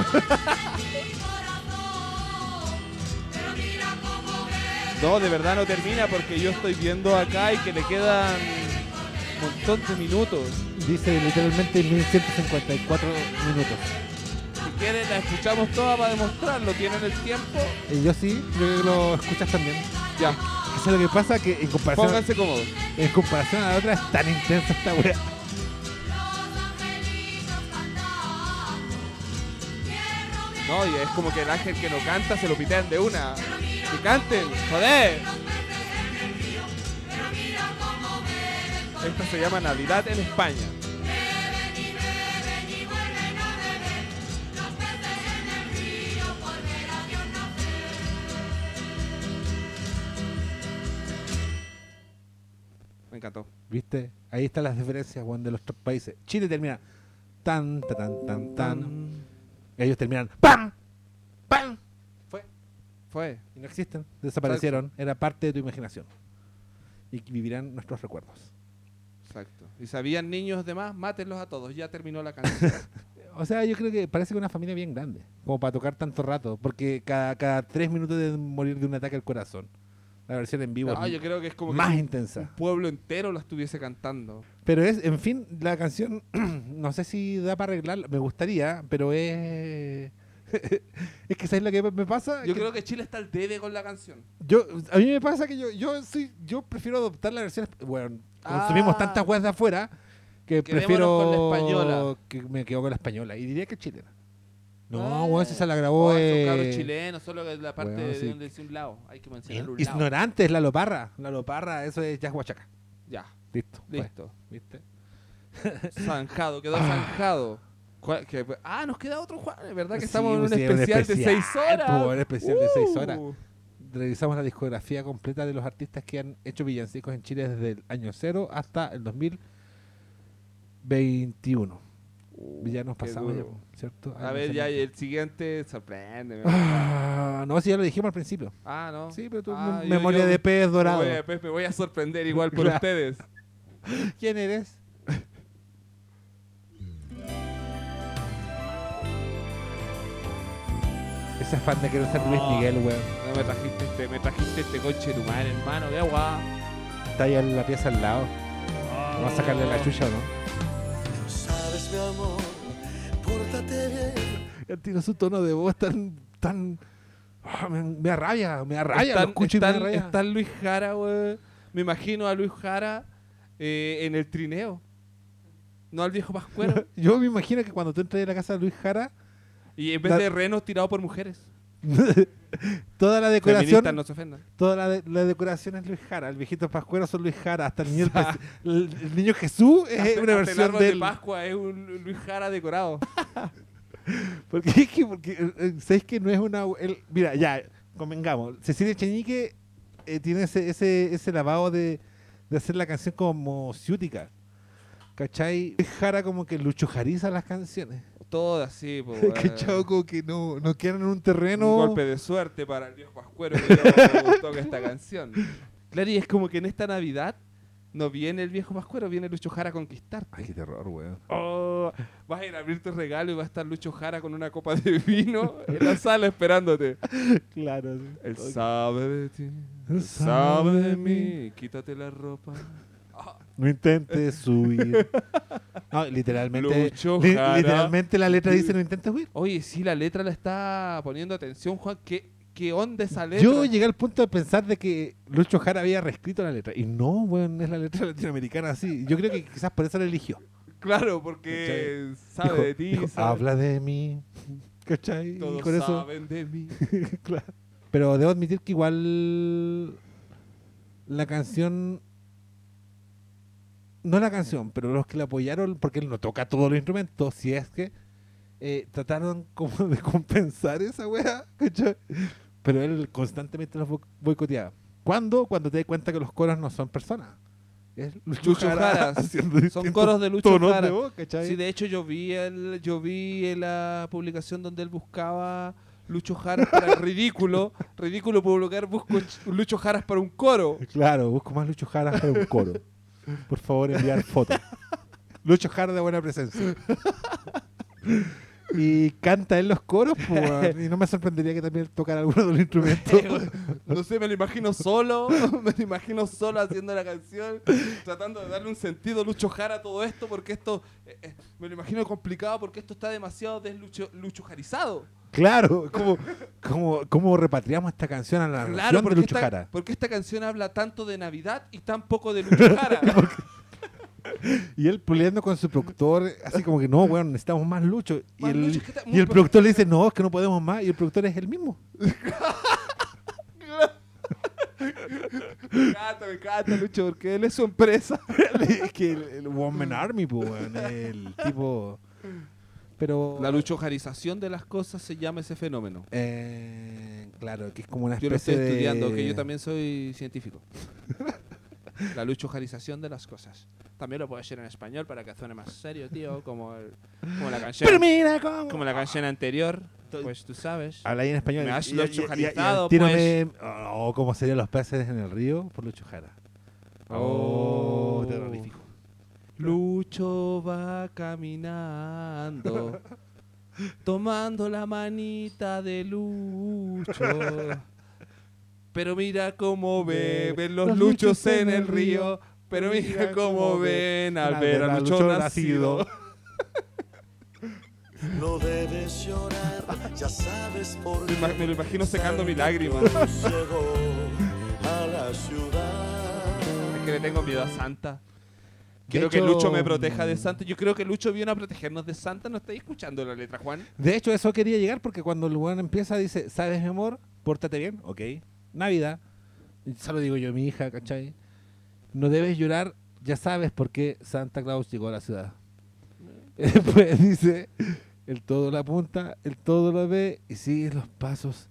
S3: No, de verdad no termina porque yo estoy viendo acá y que le quedan un montón de minutos.
S4: Dice literalmente 1154 minutos.
S3: Si quieren la escuchamos toda para demostrarlo. ¿Tienen el tiempo?
S4: Y yo sí, yo creo que lo escuchas también.
S3: Ya,
S4: Eso es lo que pasa que en comparación,
S3: pónganse cómodos.
S4: en comparación a la otra es tan intensa esta wea.
S3: No, y es como que el ángel que no canta se lo pitean de una. ¡Que canten! ¡Joder! Esto se llama Navidad en España. Me encantó.
S4: ¿Viste? Ahí están las diferencias, Juan, de los tres países. Chile termina tan, ta, tan, tan, tan. Ellos terminan ¡pam! ¡pam! Fue.
S3: Fue.
S4: Y no existen. Desaparecieron. Era parte de tu imaginación. Y vivirán nuestros recuerdos.
S3: Exacto. Y sabían niños de más, mátenlos a todos. Ya terminó la canción.
S4: O sea, yo creo que parece que una familia bien grande. Como para tocar tanto rato. Porque cada, cada tres minutos de morir de un ataque al corazón. La versión en vivo
S3: No,
S4: es
S3: Ah, yo creo que es como que
S4: más
S3: si un
S4: intensa.
S3: pueblo entero la estuviese cantando.
S4: Pero es, en fin, la canción, no sé si da para arreglarla, me gustaría, pero es... es que ¿sabes lo que me pasa?
S3: Yo
S4: Que
S3: creo que Chile está al debe con la canción.
S4: yo- a mí me pasa que yo, yo, soy, yo prefiero adoptar la versión... esp- Bueno, consumimos
S3: Ah.
S4: tantas weas de afuera que
S3: Quedémonos
S4: prefiero...
S3: con la española.
S4: Que me quedo con la española y diría que chilena. No,
S3: Ah.
S4: weón, si esa la grabó...
S3: son
S4: eh,
S3: cabros chilenos, solo que la parte
S4: Bueno,
S3: de
S4: sí. Eh,
S3: donde dice un lado. Hay que
S4: bien
S3: mencionar un lado.
S4: Ignorante es la loparra. La loparra, eso es jazz huachaca.
S3: Ya,
S4: Listo. fue,
S3: listo.
S4: ¿Viste? Ah.
S3: Zanjado, quedó zanjado. ¿Cuál- qué- ah, nos queda otro Juan. Es verdad que
S4: Sí,
S3: estamos en un
S4: pues, sí,
S3: especial, de 6
S4: especial,
S3: horas.
S4: po, un especial de seis
S3: Uh.
S4: horas. Revisamos la discografía completa de los artistas que han hecho villancicos en Chile desde el año cero hasta el 2021. ya nos
S3: qué
S4: pasamos, ya,
S3: duro.
S4: ¿cierto?
S3: Uh. A
S4: Año
S3: ver,
S4: cero.
S3: ya y el siguiente sorprende.
S4: Ah, no, si ya lo dijimos al principio.
S3: Ah, no.
S4: Sí, pero tu
S3: Ah, yo-
S4: memoria
S3: yo-
S4: de pez dorado.
S3: Oye, pues, me voy a sorprender igual por
S4: Claro.
S3: ustedes.
S4: ¿Quién eres? Mm. Ese afán de quiero ser Luis Miguel, weón.
S3: No me trajiste este, me trajiste este coche tu madre, hermano, qué guau.
S4: Está ahí en la pieza al lado. Vamos a sacarle la chucha o no.
S1: Sabes, mi amor, pórtate bien.
S4: Él tiene su tono de voz tan. tan. Ah, me, me arraya, me arraya. lo
S3: Están,
S4: escucho y me
S3: están-
S4: arraya.
S3: están Luis Jara, weón. Me imagino a Luis Jara eh, en el trineo. No al viejo Pascuero.
S4: Yo me imagino que cuando tú entres a la casa de Luis Jara,
S3: y en vez
S4: La-
S3: de renos tirado por mujeres.
S4: toda la decoración.
S3: Feministas no se ofendan.
S4: Toda la, de- la decoración es Luis Jara. El viejito Pascuero son Luis Jara. Hasta el niño, el pas- el- el niño Jesús es
S3: Hasta-
S4: eh,
S3: hasta
S4: una
S3: el
S4: versión
S3: árbol
S4: de
S3: de Pascua es un Luis Jara decorado.
S4: Porque es que, porque, eh, eh, ¿sabes que no es una. el- mira, ya, convengamos. Cecilia Cheñique eh, tiene ese, ese, ese lavado de, de hacer la canción como ciútica. ¿Cachai? Es Jara como que luchojariza las canciones.
S3: Todas, sí, po,
S4: Que
S3: weón.
S4: choco, que no, no quedan en un
S3: Un
S4: terreno.
S3: golpe de suerte para el viejo Pascuero que no toca esta canción. Claro, y es como que en esta Navidad no viene el viejo Pascuero, viene Lucho Jara a conquistarte.
S4: Ay, qué terror, weón.
S3: Oh, vas a ir a abrir tu regalo y va a estar Lucho Jara con una copa de vino en la sala esperándote.
S4: Claro.
S3: Él sabe de ti,
S4: Él
S3: él sabe de mí, quítate la ropa.
S4: No intentes huir. No, literalmente.
S3: Lucho
S4: li-
S3: Jara.
S4: literalmente la letra dice: No intentes huir.
S3: Oye, sí, la letra la está poniendo atención, Juan. ¿Qué, qué onda esa letra?
S4: Yo llegué al punto de pensar de que Lucho Jara había reescrito la letra. Y no, weón, es la letra latinoamericana así. Yo creo que quizás por eso la eligió.
S3: Claro, porque sabe
S4: Dijo-
S3: de ti,
S4: dijo,
S3: sabe-
S4: Habla de mí. ¿Cachai? Y
S3: todos
S4: con eso.
S3: saben de mí.
S4: claro. Pero debo admitir que igual la canción. No la canción, pero los que la apoyaron, porque él no toca todos los instrumentos, si es que eh, trataron como de compensar esa weá, ¿cachai? Pero él constantemente los bo- boicoteaba. ¿Cuándo? Cuando te das cuenta que los coros no son personas. Es Lucho
S3: Lucho
S4: Jara
S3: Jara.
S4: haciendo
S3: Son
S4: distintos
S3: coros de Lucho
S4: tonos de
S3: Jara.
S4: voz, ¿cachai?
S3: Sí, de hecho yo vi el, yo vi en la publicación donde él buscaba Lucho Jara para el ridículo, ridículo publicar busco ch- Lucho Jaras para un coro.
S4: Claro, busco más Lucho Jara para un coro. Por favor, enviar fotos. Lucho Jara de buena presencia. Y canta en los coros, po, weón. y no me sorprendería que también tocara alguno de los instrumentos.
S3: No sé, me lo imagino solo, me lo imagino solo haciendo la canción, tratando de darle un sentido a Lucho Jara a todo esto, porque esto eh, eh, me lo imagino complicado porque esto está demasiado deslucho Lucho Jarizado.
S4: Claro, como, como, como repatriamos esta canción a la
S3: Claro,
S4: nación de
S3: porque
S4: Lucho
S3: esta,
S4: Jara.
S3: porque esta canción habla tanto de Navidad y tan poco de Lucho Jara.
S4: Y él puliendo con su productor, así como que no, weón, necesitamos más Lucho. Y
S3: Más
S4: el,
S3: Lucho, es que está
S4: y
S3: muy
S4: el
S3: pro-
S4: productor le dice, no, es que no podemos más. Y el productor es el mismo.
S3: Me encanta, me encanta Lucho, porque él es su empresa.
S4: es que el, el Woman Army, po, weón, el tipo. Pero.
S3: La luchojarización de las cosas se llama ese fenómeno.
S4: Eh, claro, que es como una especie
S3: Yo lo estoy
S4: de-
S3: estudiando, que yo también soy científico. La luchojarización de las cosas. También lo puedo decir en español para que suene más serio, tío, como, el- como la canción
S4: Pero mira cómo.
S3: como la canción anterior. Pues tú sabes.
S4: Habla ahí en español.
S3: Me has
S4: Y- y-
S3: luchojarizado,
S4: y- y al tiro
S3: pues.
S4: me- Oh, como serían los peces en el río por Lucho Jara.
S3: Oh.
S4: Oh, terrorífico.
S3: Lucho va caminando, tomando la manita de Lucho. Pero mira cómo beben los luchos en el río. Pero mira cómo ven al ver a Lucho nacido.
S1: No debes llorar, ya sabes por
S3: Me
S1: qué.
S3: ima- me lo imagino secando mi lágrima.
S1: Cruz Llegó a la ciudad.
S3: Es que le tengo miedo a Santa.
S4: De
S3: Quiero que
S4: hecho,
S3: Lucho me proteja de
S4: mm.
S3: Santa. Yo creo que Lucho vino a protegernos de Santa. ¿No estáis escuchando la letra, Juan?
S4: De hecho, eso quería llegar porque cuando el weón empieza, dice: ¿Sabes, mi amor? Pórtate bien, ok. Navidad. Ya lo digo yo a mi hija, ¿cachai? No debes llorar, ya sabes por qué Santa Claus llegó a la ciudad.
S3: Eh.
S4: Después Pues dice, el todo la apunta, el todo la ve y sigue los pasos.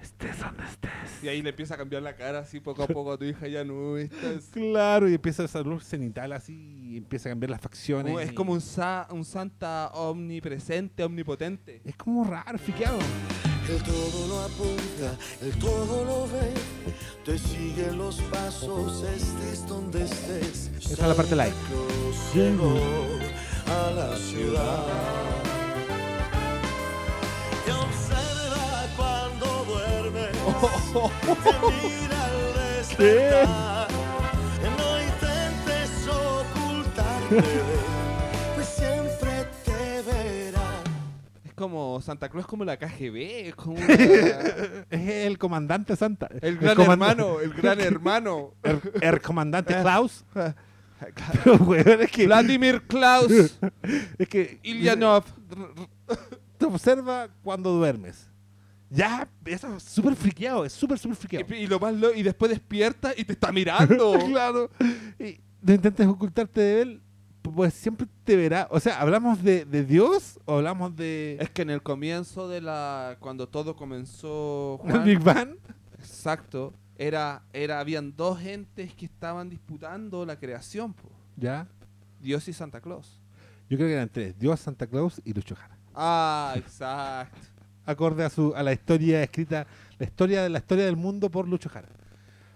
S4: Estés donde estés.
S3: Y ahí le empieza a cambiar la cara así poco a poco a tu hija ya no estás.
S4: Claro, y empieza esa luz cenital así, y empieza a cambiar las facciones.
S3: Oh, es
S4: y-
S3: como un, sa- un santa omnipresente, omnipotente.
S4: Es como raro, fiqueado.
S1: El todo lo apunta, el todo lo ve, te sigue los pasos, estés donde estés.
S4: Esa es la parte light.
S1: Santa Claus llegó a la ciudad. Te observa cuando duermes, te mira al despertar. No intentes ocultarte, pues siempre te verá.
S3: Es como Santa Claus, es como la KGB, es como una-
S4: Es el comandante Santa.
S3: el gran
S4: comand-
S3: hermano, Eh. el gran hermano.
S4: El, el comandante Klaus. Pero, weón, es que.
S3: Vladimir Klaus
S4: Es que.
S3: Ilyanov.
S4: Te observa cuando duermes. Ya, eso es súper friqueado, es súper, súper friqueado.
S3: Y, y lo más lo- y después despierta y te está mirando.
S4: claro. Y no intentes ocultarte de él, pues siempre te verá. O sea, ¿hablamos de, de Dios o hablamos de
S3: Es que en el comienzo de la. cuando todo comenzó.
S4: el
S3: Juan,
S4: Big Bang?
S3: exacto. Era, era, habían dos entes que estaban disputando la creación, po.
S4: Ya.
S3: Dios y Santa Claus.
S4: Yo creo que eran tres: Dios, Santa Claus y Lucho Jara.
S3: Ah, exacto.
S4: Acorde a, su, a la historia escrita, la historia de la historia del mundo por Lucho Jara.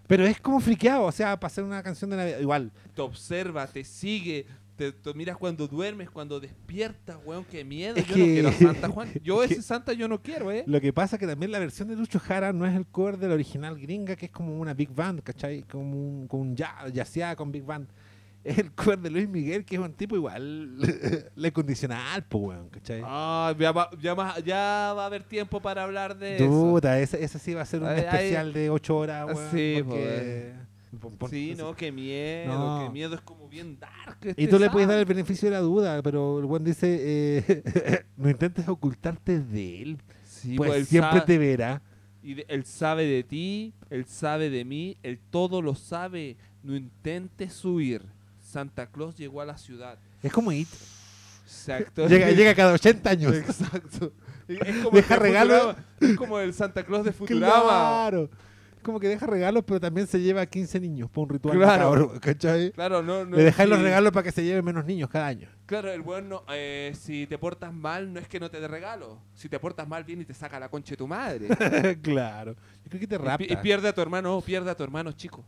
S4: Pero es como friqueado, o sea, para hacer una canción de Navidad. Igual,
S3: Te observa, te sigue, te, te miras cuando duermes, cuando despiertas, weón, qué miedo.
S4: Es
S3: yo
S4: que-
S3: no quiero Santa Juan. Yo
S4: es que-
S3: ese Santa yo no quiero, eh.
S4: Lo que pasa es que también la versión de Lucho Jara no es el cover del original gringa, que es como una big band, ¿cachai? Como un, como un ya- yaceada con big band. Es el cover de Luis Miguel, que es un tipo igual, le condicional, pues, weón, ¿cachai?
S3: Ah, ya va, ya va- ya va a haber tiempo para hablar de eso.
S4: Duda, ese, ese sí va a ser un
S3: Ay, ay.
S4: especial de 8 horas, weón.
S3: Sí,
S4: porque- pon- pon-
S3: Sí, no, qué miedo,
S4: No.
S3: qué miedo. Es como bien dark. este
S4: Y tú le puedes dar el beneficio de la duda, pero el weón dice, eh, no intentes ocultarte de él, pues siempre te verá.
S3: Y de- él sabe de ti, él sabe de mí, él todo lo sabe. No intentes huir. Santa Claus llegó a la ciudad.
S4: Es como It.
S3: Exacto.
S4: Llega, llega cada 80 años.
S3: Exacto. Es como
S4: Deja
S3: el de
S4: regalo.
S3: Futurama, Es como el Santa Claus de Futurama.
S4: Claro. Como que deja regalos, pero también se lleva a 15 niños para un ritual.
S3: Claro.
S4: macabro, ¿cachai?
S3: Claro, no, no
S4: Le dejáis
S3: sí.
S4: los regalos para que se lleven menos niños cada año.
S3: Claro, el bueno, eh, si te portas mal, no es que no te dé regalo. Si te portas mal, viene y te saca la concha de tu madre. Y
S4: claro. Yo creo que te
S3: pi-
S4: rapta.
S3: y, pierde a tu hermano, oh, pierde a tu hermano, chico.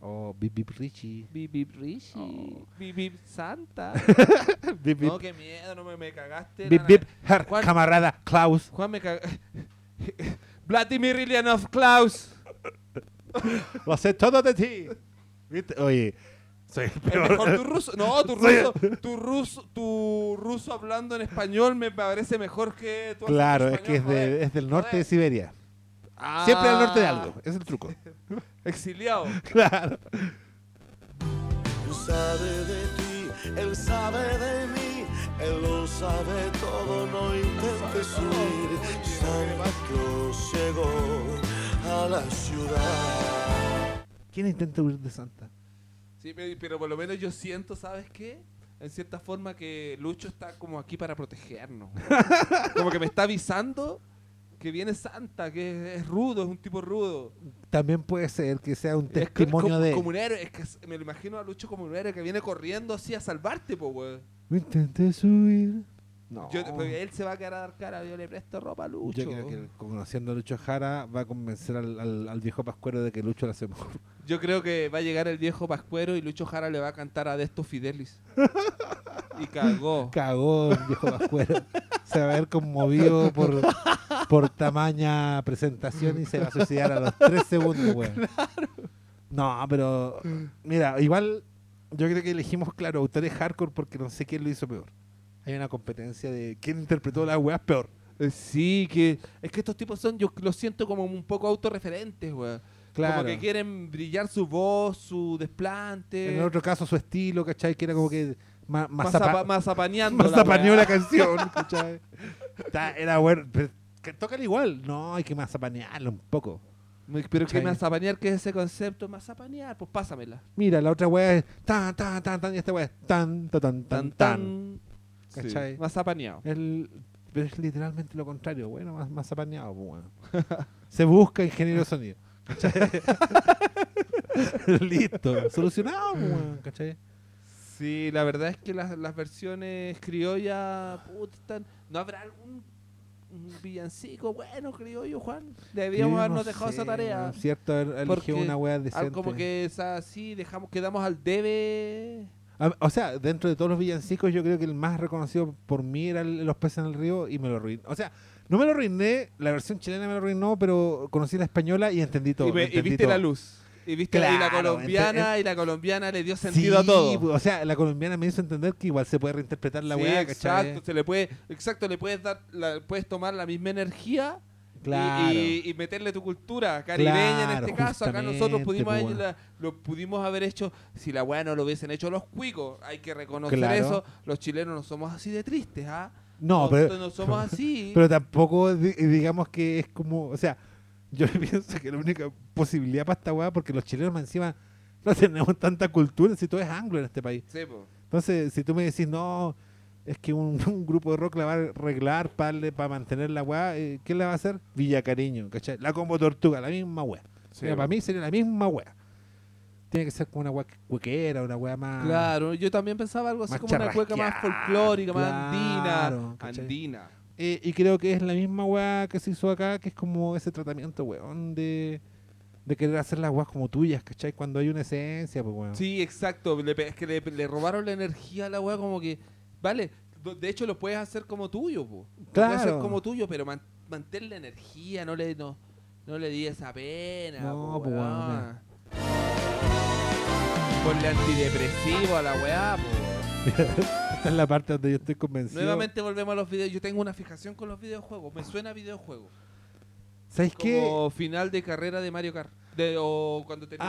S4: oh, Bip Bip Richie.
S3: Bip, bip, Richie. Bip, bip, Santa.
S4: Bip Bip.
S3: no, qué miedo, no me, me cagaste.
S4: Bip
S3: nana.
S4: Bip. Her
S3: ¿Cuál?
S4: camarada Klaus.
S3: Juan me cagó. Vladimir Ilyanov Klaus.
S4: Lo sé todo de ti. ¿Viste? Oye, soy el
S3: El
S4: peor.
S3: mejor tu ruso. No, tu ruso, tu ruso, tu ruso hablando en español me parece mejor que tú.
S4: Claro, es
S3: hablando
S4: que es,
S3: español,
S4: de-
S3: joder.
S4: es del norte de
S3: Joder.
S4: Siberia.
S3: Ah,
S4: Siempre al norte de algo. Es el truco.
S3: Exiliado.
S4: Claro.
S1: Él sabe de ti, él sabe de mí, él lo sabe todo, no intentes huir. Santa Claus llegó a la ciudad.
S4: ¿Quién intenta huir de Santa?
S3: Sí, pe- pero por lo menos yo siento, ¿sabes qué? En cierta forma que Lucho está como aquí para protegernos. como que me está avisando que viene Santa, que es, es rudo, es un tipo rudo.
S4: También puede ser que sea un
S3: Es que-
S4: testimonio
S3: como,
S4: de.
S3: Como un héroe, es que s- me lo imagino a Lucho como un héroe que viene corriendo así a salvarte, po, weón.
S4: No intentes subir. No.
S3: Yo- porque él se va a quedar a dar cara, yo le presto ropa a Lucho.
S4: Yo creo que conociendo a Lucho Jara va a convencer al, al- al viejo Pascuero de que Lucho lo hace mejor.
S3: Yo creo que va a llegar el viejo Pascuero y Lucho Jara le va a cantar a Desto Fidelis. y cagó.
S4: Cagó el viejo Pascuero. se va a ver conmovido por, por tamaña presentación y se va a suicidar a los tres segundos, güey. No, pero mira, igual yo creo que elegimos, claro, autores hardcore porque no sé quién lo hizo peor. Hay una competencia de quién interpretó las weas peor.
S3: Eh, Sí, que es que estos tipos son, yo los siento como un poco autorreferentes, weón.
S4: Claro.
S3: Como que quieren brillar su voz, su desplante.
S4: En el otro caso, su estilo, ¿cachai? Que era como que ma-
S3: más,
S4: mazapa-
S3: apa- más apañando.
S4: más
S3: la
S4: apañó
S3: weá.
S4: la canción, ¿cachai? Está- era bueno. pero que tocan igual. No, hay que más apañarlo un poco.
S3: Me- Pero que
S4: ¿Cachai?
S3: más apañar, que es ese concepto, más apañar, pues pásamela.
S4: Mira, la otra weá es tan, tan, tan, tan, y esta weá es tan, tan, tan, tan, tan. ¿Cachai?
S3: Más apañado.
S4: El- pero es literalmente lo contrario, bueno, más, más apañado, pues, weón. Se busca ingeniero de sonido. ¿cachai? Listo, solucionado, pues, weón, ¿cachai?
S3: Sí, la verdad es que las, las versiones criolla, puta, están- ¿no habrá algún un villancico bueno criollo, Juan? Debíamos
S4: Yo
S3: habernos
S4: no
S3: dejado esa
S4: sé,
S3: tarea.
S4: weón, Cierto, el- eligió
S3: Porque
S4: una wea
S3: Al-
S4: decente.
S3: como que es así, dejamos, quedamos al debe.
S4: A- O sea, dentro de todos los villancicos, yo creo que el más reconocido por mí era el- Los peces en el río y me lo arruiné. O sea, no me lo arruiné, la versión chilena me lo arruinó, pero conocí la española y entendí todo.
S3: y, me- y
S4: entendí
S3: viste
S4: todo.
S3: la luz. Y viste la- y la
S4: Claro, ente-
S3: colombiana,
S4: en-
S3: y la colombiana le dio sentido a
S4: Sí,
S3: todo.
S4: pues, O sea, la colombiana me hizo entender que igual se puede reinterpretar la
S3: Sí,
S4: weá, ¿cachai?
S3: exacto, se le puede, exacto, le puedes dar, la- puedes tomar la misma energía y-
S4: Claro.
S3: y, y meterle tu cultura caribeña en
S4: Claro,
S3: este caso. Acá nosotros
S4: justamente,
S3: pudimos,
S4: pues,
S3: haber-
S4: bueno.
S3: lo pudimos haber hecho si la weá no lo hubiesen hecho los cuicos. Hay que reconocer
S4: Claro.
S3: eso. Los chilenos no somos así de tristes, ¿ah?
S4: no, pero,
S3: no somos así.
S4: pero tampoco di- digamos que es como, o sea, yo pienso que la única posibilidad para esta weá, porque los chilenos más encima no tenemos tanta cultura, si todo es anglo en este país.
S3: Sí, po.
S4: Entonces, si tú me decís, no, es que un, un grupo de rock la va a arreglar para mantener la weá, eh, ¿quién la va a hacer? Villa Cariño, ¿cachai? La combo tortuga, la misma weá. Mira, para mí sería la misma weá. Tiene que ser como una weá cuequera, una weá más.
S3: Claro, yo también pensaba algo así
S4: Ah. Más
S3: como una cueca más
S4: charrasqueada,
S3: folclórica, más andina.
S4: claro, ¿cachai?
S3: Andina.
S4: Eh, y creo que es la misma weá que se hizo acá, que es como ese tratamiento, weón, de, de querer hacer las weas como tuyas, ¿cachai? Cuando hay una esencia, pues weón.
S3: Sí, exacto. le pe- es que le, le robaron la energía a la weá, como que. Vale, do- de hecho lo puedes hacer como tuyo, po. Lo puedes hacer
S4: Claro.
S3: como tuyo, pero man- mantén la energía, no le, no, no le di esa pena.
S4: No,
S3: po,
S4: po, weón,
S3: weón. Ponle antidepresivo a la weá, po.
S4: Esta es la parte donde yo estoy convencido.
S3: Nuevamente volvemos a los videos. Yo tengo una fijación con los videojuegos. Me suena a videojuego.
S4: ¿Sabes qué?
S3: Como final de carrera de Mario Kart. De, o cuando termina.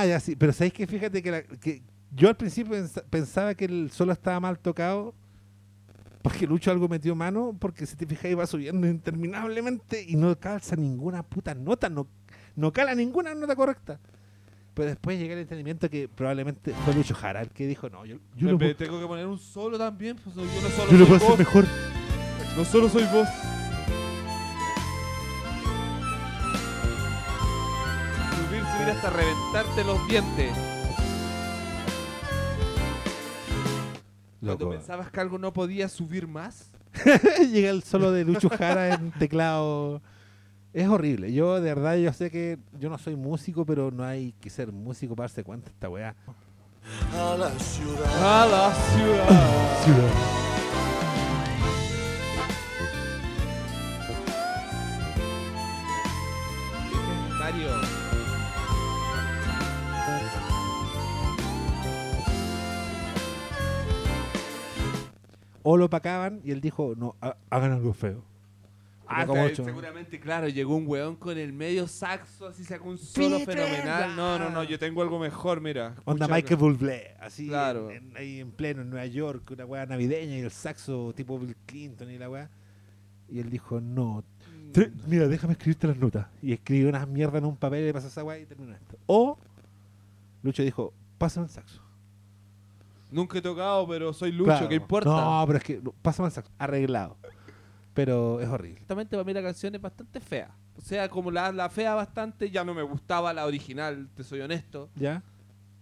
S4: Ah, ya sí. Pero sabéis que fíjate que, la- que yo al principio pens- pensaba que el solo estaba mal tocado porque Lucho algo metió mano, porque si te fijáis va subiendo interminablemente y no calza ninguna puta nota, no, no cala ninguna nota correcta. Pero después llega el entendimiento que probablemente fue Lucho Jara el que dijo, no, yo, yo
S3: Me-
S4: lo,
S3: me
S4: puedo-
S3: tengo que poner un solo también. pues, yo no solo
S4: yo
S3: soy
S4: lo puedo hacer
S3: vos,
S4: mejor.
S3: No solo soy vos. Subir, subir hasta reventarte los dientes. Cuando
S4: Loco.
S3: pensabas que algo no podía subir más.
S4: llega el solo de Lucho Jara en teclado. Es horrible. Yo, de verdad, yo sé que yo no soy músico, pero no hay que ser músico para darse cuenta de esta weá.
S1: a la ciudad.
S3: A la ciudad. Mario.
S4: O lo pacaban y él dijo, no, ha- hagan algo feo.
S3: Ah,
S4: como
S3: está-
S4: ocho.
S3: seguramente, claro, llegó un weón con el medio saxo, así sacó un solo fenomenal. No, no, no, yo tengo algo mejor, mira.
S4: Onda
S3: Escucha
S4: Michael Bublé, así
S3: Claro.
S4: en- en- ahí en pleno, en Nueva York, una weá navideña y el saxo tipo Bill Clinton y la weá. Y él dijo, no,
S3: Mm.
S4: tre- mira, déjame escribirte las notas. Y escribió unas mierdas en un papel y le pasó esa weá y terminó esto. O Lucho dijo, pásame el saxo.
S3: Nunca he tocado, pero soy Lucho,
S4: Claro.
S3: ¿qué importa?
S4: No, pero es que no, pásame el saxo, arreglado. Pero es horrible.
S3: Exactamente, para mí la canción es bastante fea. O sea, como la, la fea bastante, ya no me gustaba la original, te soy honesto.
S4: ¿Ya?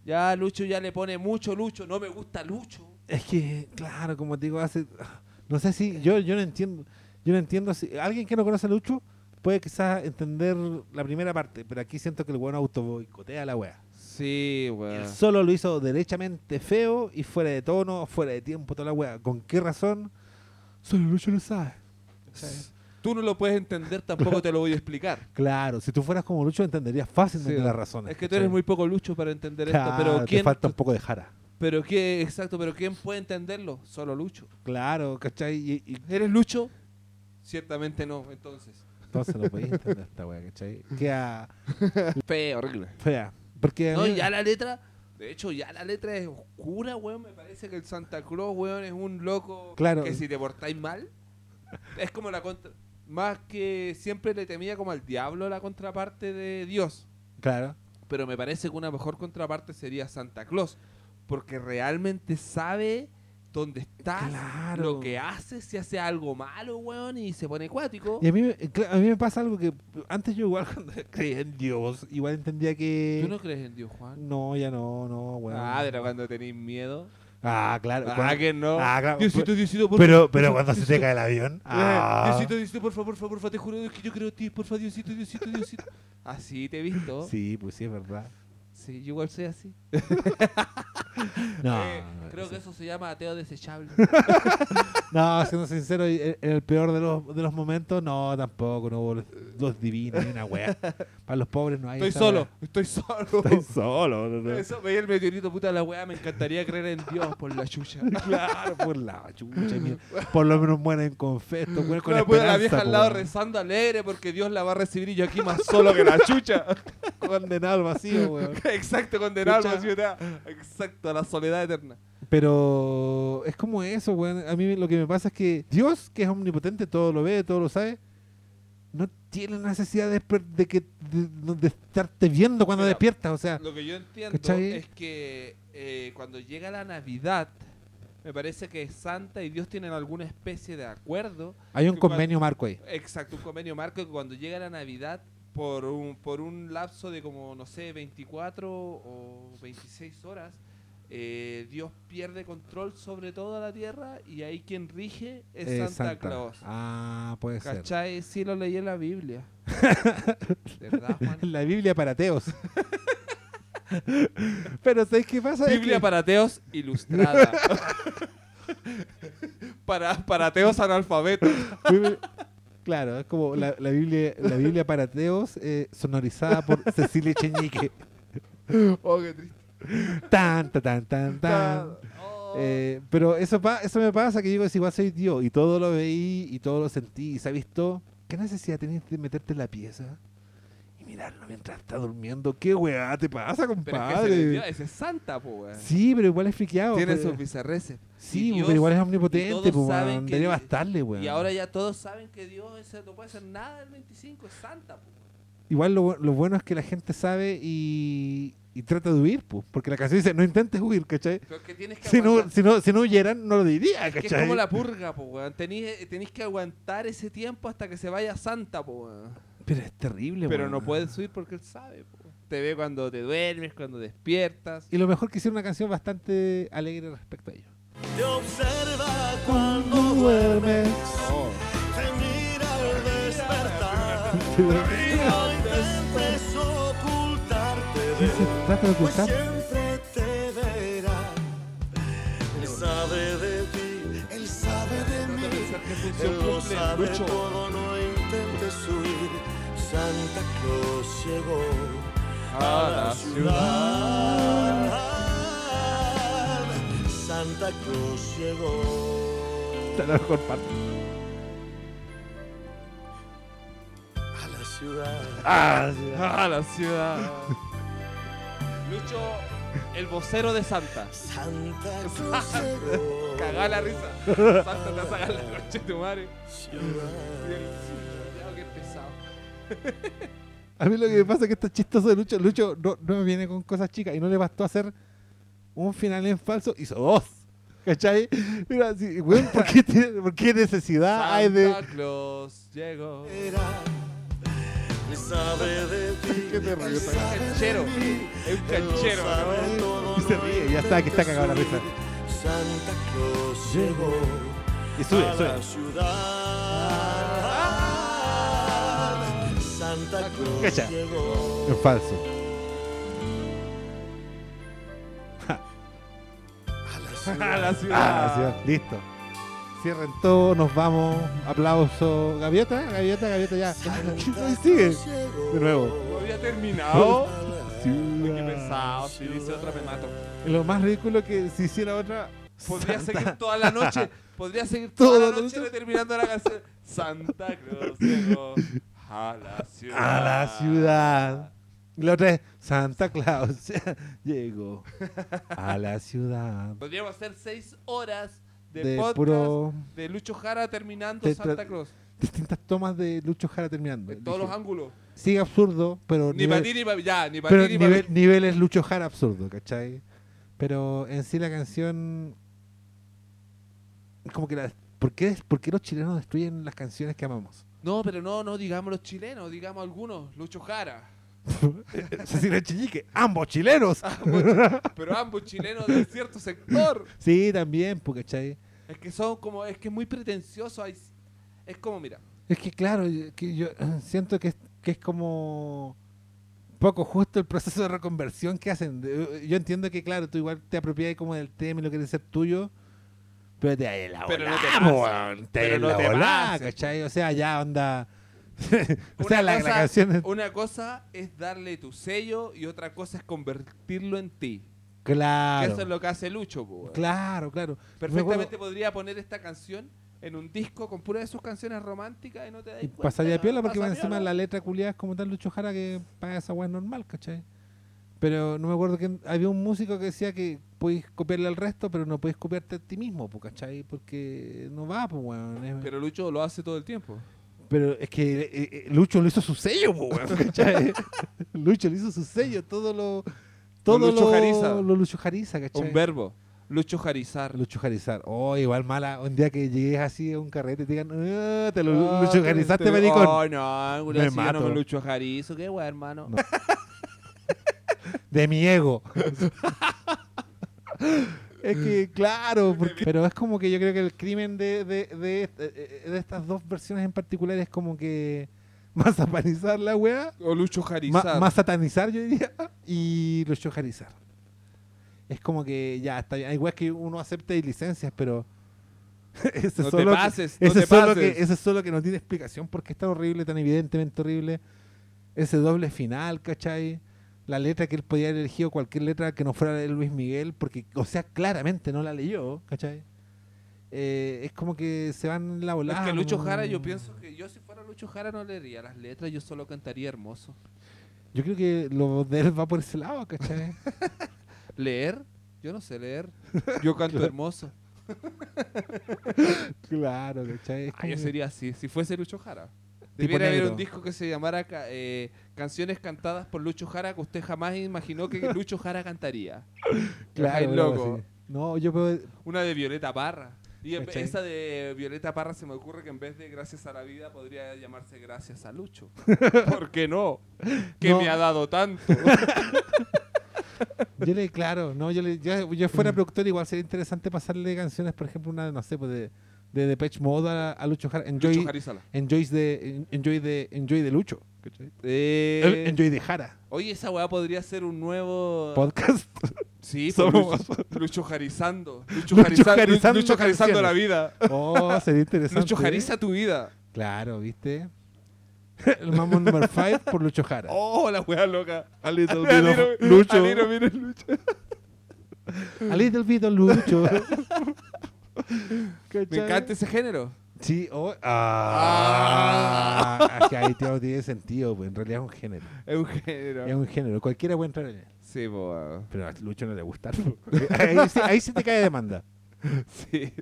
S3: Ya Lucho ya le pone mucho Lucho, no me gusta Lucho.
S4: Es que, claro, como te digo, hace. No sé si. Yo, yo no entiendo. Yo no entiendo si. Alguien que no conoce a Lucho puede quizás entender la primera parte, pero aquí siento que el weón auto boicotea la weá.
S3: Sí, weón.
S4: Él solo lo hizo derechamente feo y fuera de tono, fuera de tiempo, toda la weá. ¿Con qué razón? Solo Lucho lo sabe.
S3: Tú no lo puedes entender, tampoco te lo voy a explicar.
S4: Claro, si tú fueras como Lucho entenderías fácilmente
S3: Sí.
S4: las razones.
S3: Es que tú eres
S4: ¿cachai?
S3: muy poco Lucho para entender
S4: Claro,
S3: esto, pero
S4: te
S3: quién
S4: falta un poco de jara.
S3: pero qué exacto, pero quién puede entenderlo? Solo Lucho.
S4: Claro, ¿cachai? Y- y
S3: ¿Eres Lucho? Ciertamente no, entonces.
S4: entonces no podéis entender esta weá, ¿cachai? Queda
S3: Feo, horrible.
S4: fea. Porque a
S3: No,
S4: mí-
S3: y ya la letra, de hecho, ya la letra es oscura, weón. Me parece que el Santa Claus, weón, es un loco
S4: Claro.
S3: que si te portáis mal, es como la contra... Más que siempre le temía como al diablo la contraparte de Dios.
S4: Claro.
S3: Pero me parece que una mejor contraparte sería Santa Claus. Porque realmente sabe dónde estás,
S4: Claro.
S3: lo que haces, si hace algo malo, weón, y se pone acuático.
S4: Y a mí, me- eh, cla- a mí me pasa algo que antes yo igual cuando creía en Dios, igual entendía que...
S3: ¿Tú no crees en Dios, Juan?
S4: No, ya no, no, weón.
S3: Ah, pero cuando tenéis miedo.
S4: Ah, claro.
S3: Ah,
S4: cuando-
S3: que no.
S4: Ah, claro.
S3: Diosito, Diosito, por
S4: Pero, pero cuando se te cae el avión.
S3: Ah,
S4: Ah.
S3: Diosito, Diosito, por favor, por favor, porfa, te juro Dios, que yo creo en ti, porfa, Diosito, Diosito, Diosito. Así te he visto. Ah, Sí,
S4: Sí, pues sí, es verdad.
S3: yo igual soy así.
S4: No,
S3: Eh,
S4: no,
S3: creo que eso se llama ateo desechable.
S4: no, siendo sincero, en el peor de los, de los momentos, no, tampoco, no hubo los, los divinos, ni una wea. Para los pobres no hay.
S3: estoy
S4: esa
S3: solo,
S4: wea.
S3: estoy solo.
S4: Estoy solo. no, no.
S3: Eso, veía el meteorito, puta la weá, me encantaría creer en Dios por la chucha.
S4: Claro, por la chucha. mira. Por lo menos mueren con fe, estos weones con
S3: la, puta, la
S4: esperanza,
S3: vieja
S4: po,
S3: al lado
S4: weón.
S3: rezando alegre porque Dios la va a recibir y yo aquí más solo que la chucha.
S4: Condenado al vacío, weón.
S3: Exacto, condenado a la
S4: Chucha.
S3: ciudad. Exacto, a la soledad eterna.
S4: Pero es como eso, weón. A mí lo que me pasa es que Dios, que es omnipotente, todo lo ve, todo lo sabe, no tiene necesidad de, esper- de que, de, de estarte viendo cuando
S3: Mira,
S4: despiertas. O sea,
S3: Lo que yo entiendo
S4: ¿Cachai?
S3: es que eh, cuando llega la Navidad, me parece que Santa y Dios tienen alguna especie de acuerdo.
S4: hay un
S3: que
S4: convenio marco ahí.
S3: Exacto, un convenio marco que cuando llega la Navidad, por un, por un lapso de como, no sé, 24 o 26 horas, eh, Dios pierde control sobre toda la tierra y ahí quien rige es
S4: Eh,
S3: Santa, Claus.
S4: Ah, puede ser.
S3: ¿Cachai? Sí lo leí en la Biblia. ¿Verdad, Juan?
S4: La Biblia para ateos. Pero ¿sabes qué pasa? Es
S3: Biblia
S4: que-
S3: para ateos ilustrada. para, para ateos analfabetos.
S4: Biblia- Claro, es como la, la Biblia, la Biblia para ateos eh, sonorizada por Cecilia Cheñique.
S3: Oh, qué triste.
S4: Tan, ta, tan, tan, tan.
S3: Oh.
S4: Eh, pero eso, pa- eso me pasa que digo, si igual soy Dios y todo lo veí y todo lo sentí y se ha visto, ¿qué necesidad tenés de meterte en la pieza y mirarlo mientras está durmiendo? ¿Qué weá te pasa,
S3: oh, Pero es que eh. ese, es
S4: compadre?
S3: Dios, ese es Santa, po, weón.
S4: sí, pero igual es friqueado.
S3: Tiene
S4: pero-
S3: sus bizarreces.
S4: sí,
S3: Y Dios-
S4: pero igual es
S3: y
S4: omnipotente,
S3: todos
S4: pues,
S3: saben
S4: weón,
S3: que-
S4: debería bastarle, weón.
S3: Y ahora ya todos saben que Dios ese no puede hacer nada el 25, es santa. po.
S4: Igual lo, bu- lo bueno es que la gente sabe y, y trata de huir, pues, porque la canción dice, no intentes huir, ¿cachai?
S3: Pero es que tienes que
S4: Si no,
S3: aguantar.
S4: si, no, si no huyeran, no lo diría,
S3: Que
S4: ¿cachai?
S3: es como la purga, po, weón. Tenís, eh, tenís que aguantar ese tiempo hasta que se vaya santa, po, weón.
S4: Pero es terrible,
S3: Pero
S4: weón.
S3: no puedes subir porque él sabe, po. Te ve cuando te duermes, cuando despiertas.
S4: Y lo mejor que hicieron una canción bastante alegre respecto a ello.
S1: Te observa cuando duermes, te mira al despertar. Y no intentes ocultarte de
S4: Sí,
S1: él,
S4: se trata de
S1: pues
S4: ocultar.
S1: siempre te verá. Él sabe de ti, él sabe de mí, él lo sabe todo, no intentes huir. Santa Claus llegó a la ciudad. Santa Claus llegó
S4: Esta es la mejor parte.
S1: a la ciudad.
S3: A Ah, la ciudad. Lucho, el vocero de Santa.
S1: Santa Cruz llegó.
S3: Cagá la risa. Santa te vas a cagar la noche, tu madre. Cuidado que es pesado.
S4: A mí lo que me pasa es que está chistoso de Lucho. Lucho no, no viene con cosas chicas y no le bastó hacer un final en falso, hizo dos. ¿Cachai? Mira, sí, weón, ¿por, qué tiene- por qué necesidad hay Ah, de.
S3: Santa Claus llegó.
S1: Era. Él sabe de ti.
S4: Qué terrible,
S1: él
S4: está
S1: sabe de
S3: canchero,
S1: mí,
S3: es un
S1: él lo
S3: canchero,
S1: sabe todo,
S4: Y se
S1: no
S4: ríe, ya está, que está cagado la
S1: intentes
S4: risa.
S1: huir. Santa Claus llegó
S4: Y
S1: a
S4: sube,
S1: la
S4: sube. Ah.
S1: ciudad. Santa Cruz
S4: Cacha.
S1: llegó.
S4: En falso.
S3: A la ciudad.
S4: Ah, sí, listo. Cierren todo, nos vamos. Aplauso. Gaviota, gaviota, gaviota, ya.
S1: Santa
S4: Y sigue.
S1: Cruz llegó.
S4: De nuevo.
S3: No había terminado. Qué
S4: Ciudad.
S3: pesado. Si dice otra me mato.
S4: Y Lo más ridículo que si hiciera otra.
S3: Podría
S4: Santa.
S3: seguir toda la noche. Podría seguir
S4: Toda
S3: toda
S4: la
S3: la noche
S4: noche.
S3: terminando la canción. Santa Claus llegó a la ciudad.
S4: A la ciudad. Y La otra es Santa Claus. Llegó a la ciudad.
S3: Podríamos hacer seis horas de,
S4: De
S3: podcast
S4: puro-
S3: de Lucho Jara terminando
S4: De tra-
S3: Santa Claus.
S4: Distintas tomas de Lucho Jara terminando.
S3: En todos los
S4: Dije,
S3: ángulos.
S4: Sigue absurdo, pero.
S3: Ni para ti ni para ya, ni para
S4: pero
S3: ti ni
S4: nivel,
S3: para
S4: nivel es Lucho Jara absurdo, ¿cachai? Pero en sí la canción es como que la- ¿por, qué, por qué los chilenos destruyen las canciones que amamos?
S3: No, pero no, no digamos los chilenos, digamos algunos, Lucho Jara.
S4: Cecilia Chillique, ambos chilenos.
S3: Ah. Pero ambos chilenos de cierto sector.
S4: Sí, también, porque ¿cachai?
S3: Es que son como, es que es muy pretencioso. hay- es como, mira,
S4: Es que claro, yo- que yo ah, siento que es, que es como poco justo el proceso de reconversión que hacen. De- eh, Yo entiendo que claro, tú igual te apropias como del tema y lo quieres ser tuyo, pero te hay la
S3: Pero
S4: volá,
S3: no te
S4: po,
S3: pases.
S4: weón, te
S3: Pero
S4: hay
S3: no
S4: la
S3: te
S4: volá,
S3: pases.
S4: ¿cachai? O sea, ya onda... o
S3: Una
S4: sea, la, la
S3: cosa-
S4: canción... es-
S3: una cosa es darle tu sello y otra cosa es convertirlo en ti. Que
S4: Claro,
S3: Eso es lo que hace Lucho, po, weón.
S4: claro, claro. Me
S3: Perfectamente
S4: acuerdo-
S3: podría poner esta canción en un disco con pura de sus canciones románticas y no te dais
S4: Y
S3: cuenta.
S4: pasaría
S3: weón,
S4: piola porque
S3: pasa
S4: encima
S3: piola.
S4: la letra culiada es como tal Lucho Jara que paga esa weá normal, ¿cachai? Pero no me acuerdo que había un músico que decía que puedes copiarle al resto, pero no puedes copiarte a ti mismo, po, ¿cachai? Porque no va, pues, weón. es- Pero,
S3: Pero Lucho lo hace todo el tiempo.
S4: es que eh, eh, Lucho lo hizo su sello, po, weón, ¿cachai? Lucho le hizo su sello, todo lo. Todo
S3: Lucho
S4: lo,
S3: Jariza.
S4: lo Lucho Jariza, ¿cachai?
S3: Un verbo. Lucho Jarizar.
S4: Lucho Jarizar. Oh, igual mala. Un día que llegues así a un carrete y te digan, "Ah, te lo
S3: Ah, te-
S4: Lucho Jarizarte,
S3: te-
S4: maricón.
S3: Ay, no,
S4: Me
S3: güey, si yo no
S4: mato.
S3: me Lucho Jarizo, qué guay, hermano.
S4: No. de mi ego. es que, claro, porque- pero es como que yo creo que el crimen de, de, de, de estas dos versiones en particular es como que más satanizar la weá,
S3: O Lucho
S4: ma-
S3: Jarizar.
S4: más satanizar yo diría, y los chojarizar. Es como que ya está bien. Hay weas que uno acepta y licencias, pero. Ese
S3: No te
S4: solo que-
S3: pases, no
S4: ese
S3: te
S4: solo que-
S3: pases.
S4: ese solo que no tiene explicación porque está horrible, tan evidentemente horrible. Ese doble final, ¿cachai? La letra que él podía haber elegido, cualquier letra que no fuera de Luis Miguel, porque, o sea, claramente no la leyó, ¿cachai? Eh, es como que se van en la volada.
S3: es que Lucho
S4: como-
S3: Jara, yo pienso que yo si fuera Lucho Jara no leería las letras, yo solo cantaría hermoso.
S4: Yo creo que lo de él va por ese lado, ¿cachai?
S3: ¿Leer? Yo no sé leer. Yo canto hermoso.
S4: claro, ¿cachai? Es
S3: Ah, yo
S4: como-
S3: sería así, si fuese Lucho Jara. Debiera haber
S4: negro.
S3: un disco que se llamara ca- eh, Canciones cantadas por Lucho Jara que usted jamás imaginó que Lucho Jara cantaría. Ay,
S4: algo
S3: loco.
S4: así. No, yo puedo.
S3: Una de Violeta Parra. Y en-
S4: ¿Cachai?
S3: esa de Violeta Parra se me ocurre que en vez de Gracias a la vida podría llamarse Gracias a Lucho. ¿Por qué no? Que
S4: No.
S3: me ha dado tanto.
S4: Yo le, claro, no, yo le, yo, yo
S3: Mm.
S4: fuera productor, igual sería interesante pasarle canciones, por ejemplo, una, no sé, pues de, de Depeche Mode a, a Lucho Jara. Enjoy,
S3: Lucho Jarizala.
S4: Enjoy's de, en- enjoy, de, enjoy de Lucho. ¿cachai?
S3: Eh,
S4: El- enjoy de Jara.
S3: oye, esa weá podría ser un nuevo...
S4: Podcast.
S3: sí, pues,
S4: somos-
S3: Lucho, Lucho Jarizando. Lucho,
S4: Lucho
S3: Jarizando,
S4: Jarizando
S3: Lucho Jarizando la vida.
S4: Oh, sería interesante.
S3: Lucho
S4: ¿eh?
S3: Jariza tu vida.
S4: Claro, ¿viste? El Mamón Number 5 por Lucho Jara.
S3: Oh, la weá loca.
S4: a little
S3: Al
S4: bit
S3: hilo-
S4: of Lucho.
S3: al hilo, mira, Lucho.
S4: A little bit of Lucho.
S3: Me encanta ese género.
S4: Sí, o... ah, es que ahí tío, tiene sentido, pues, en realidad es un género.
S3: Es un género.
S4: Es un género, cualquiera puede entrar en él.
S3: Sí, po, weón.
S4: Pero a Lucho no le gusta. ahí, sí, ahí sí te cae demanda.
S3: Sí.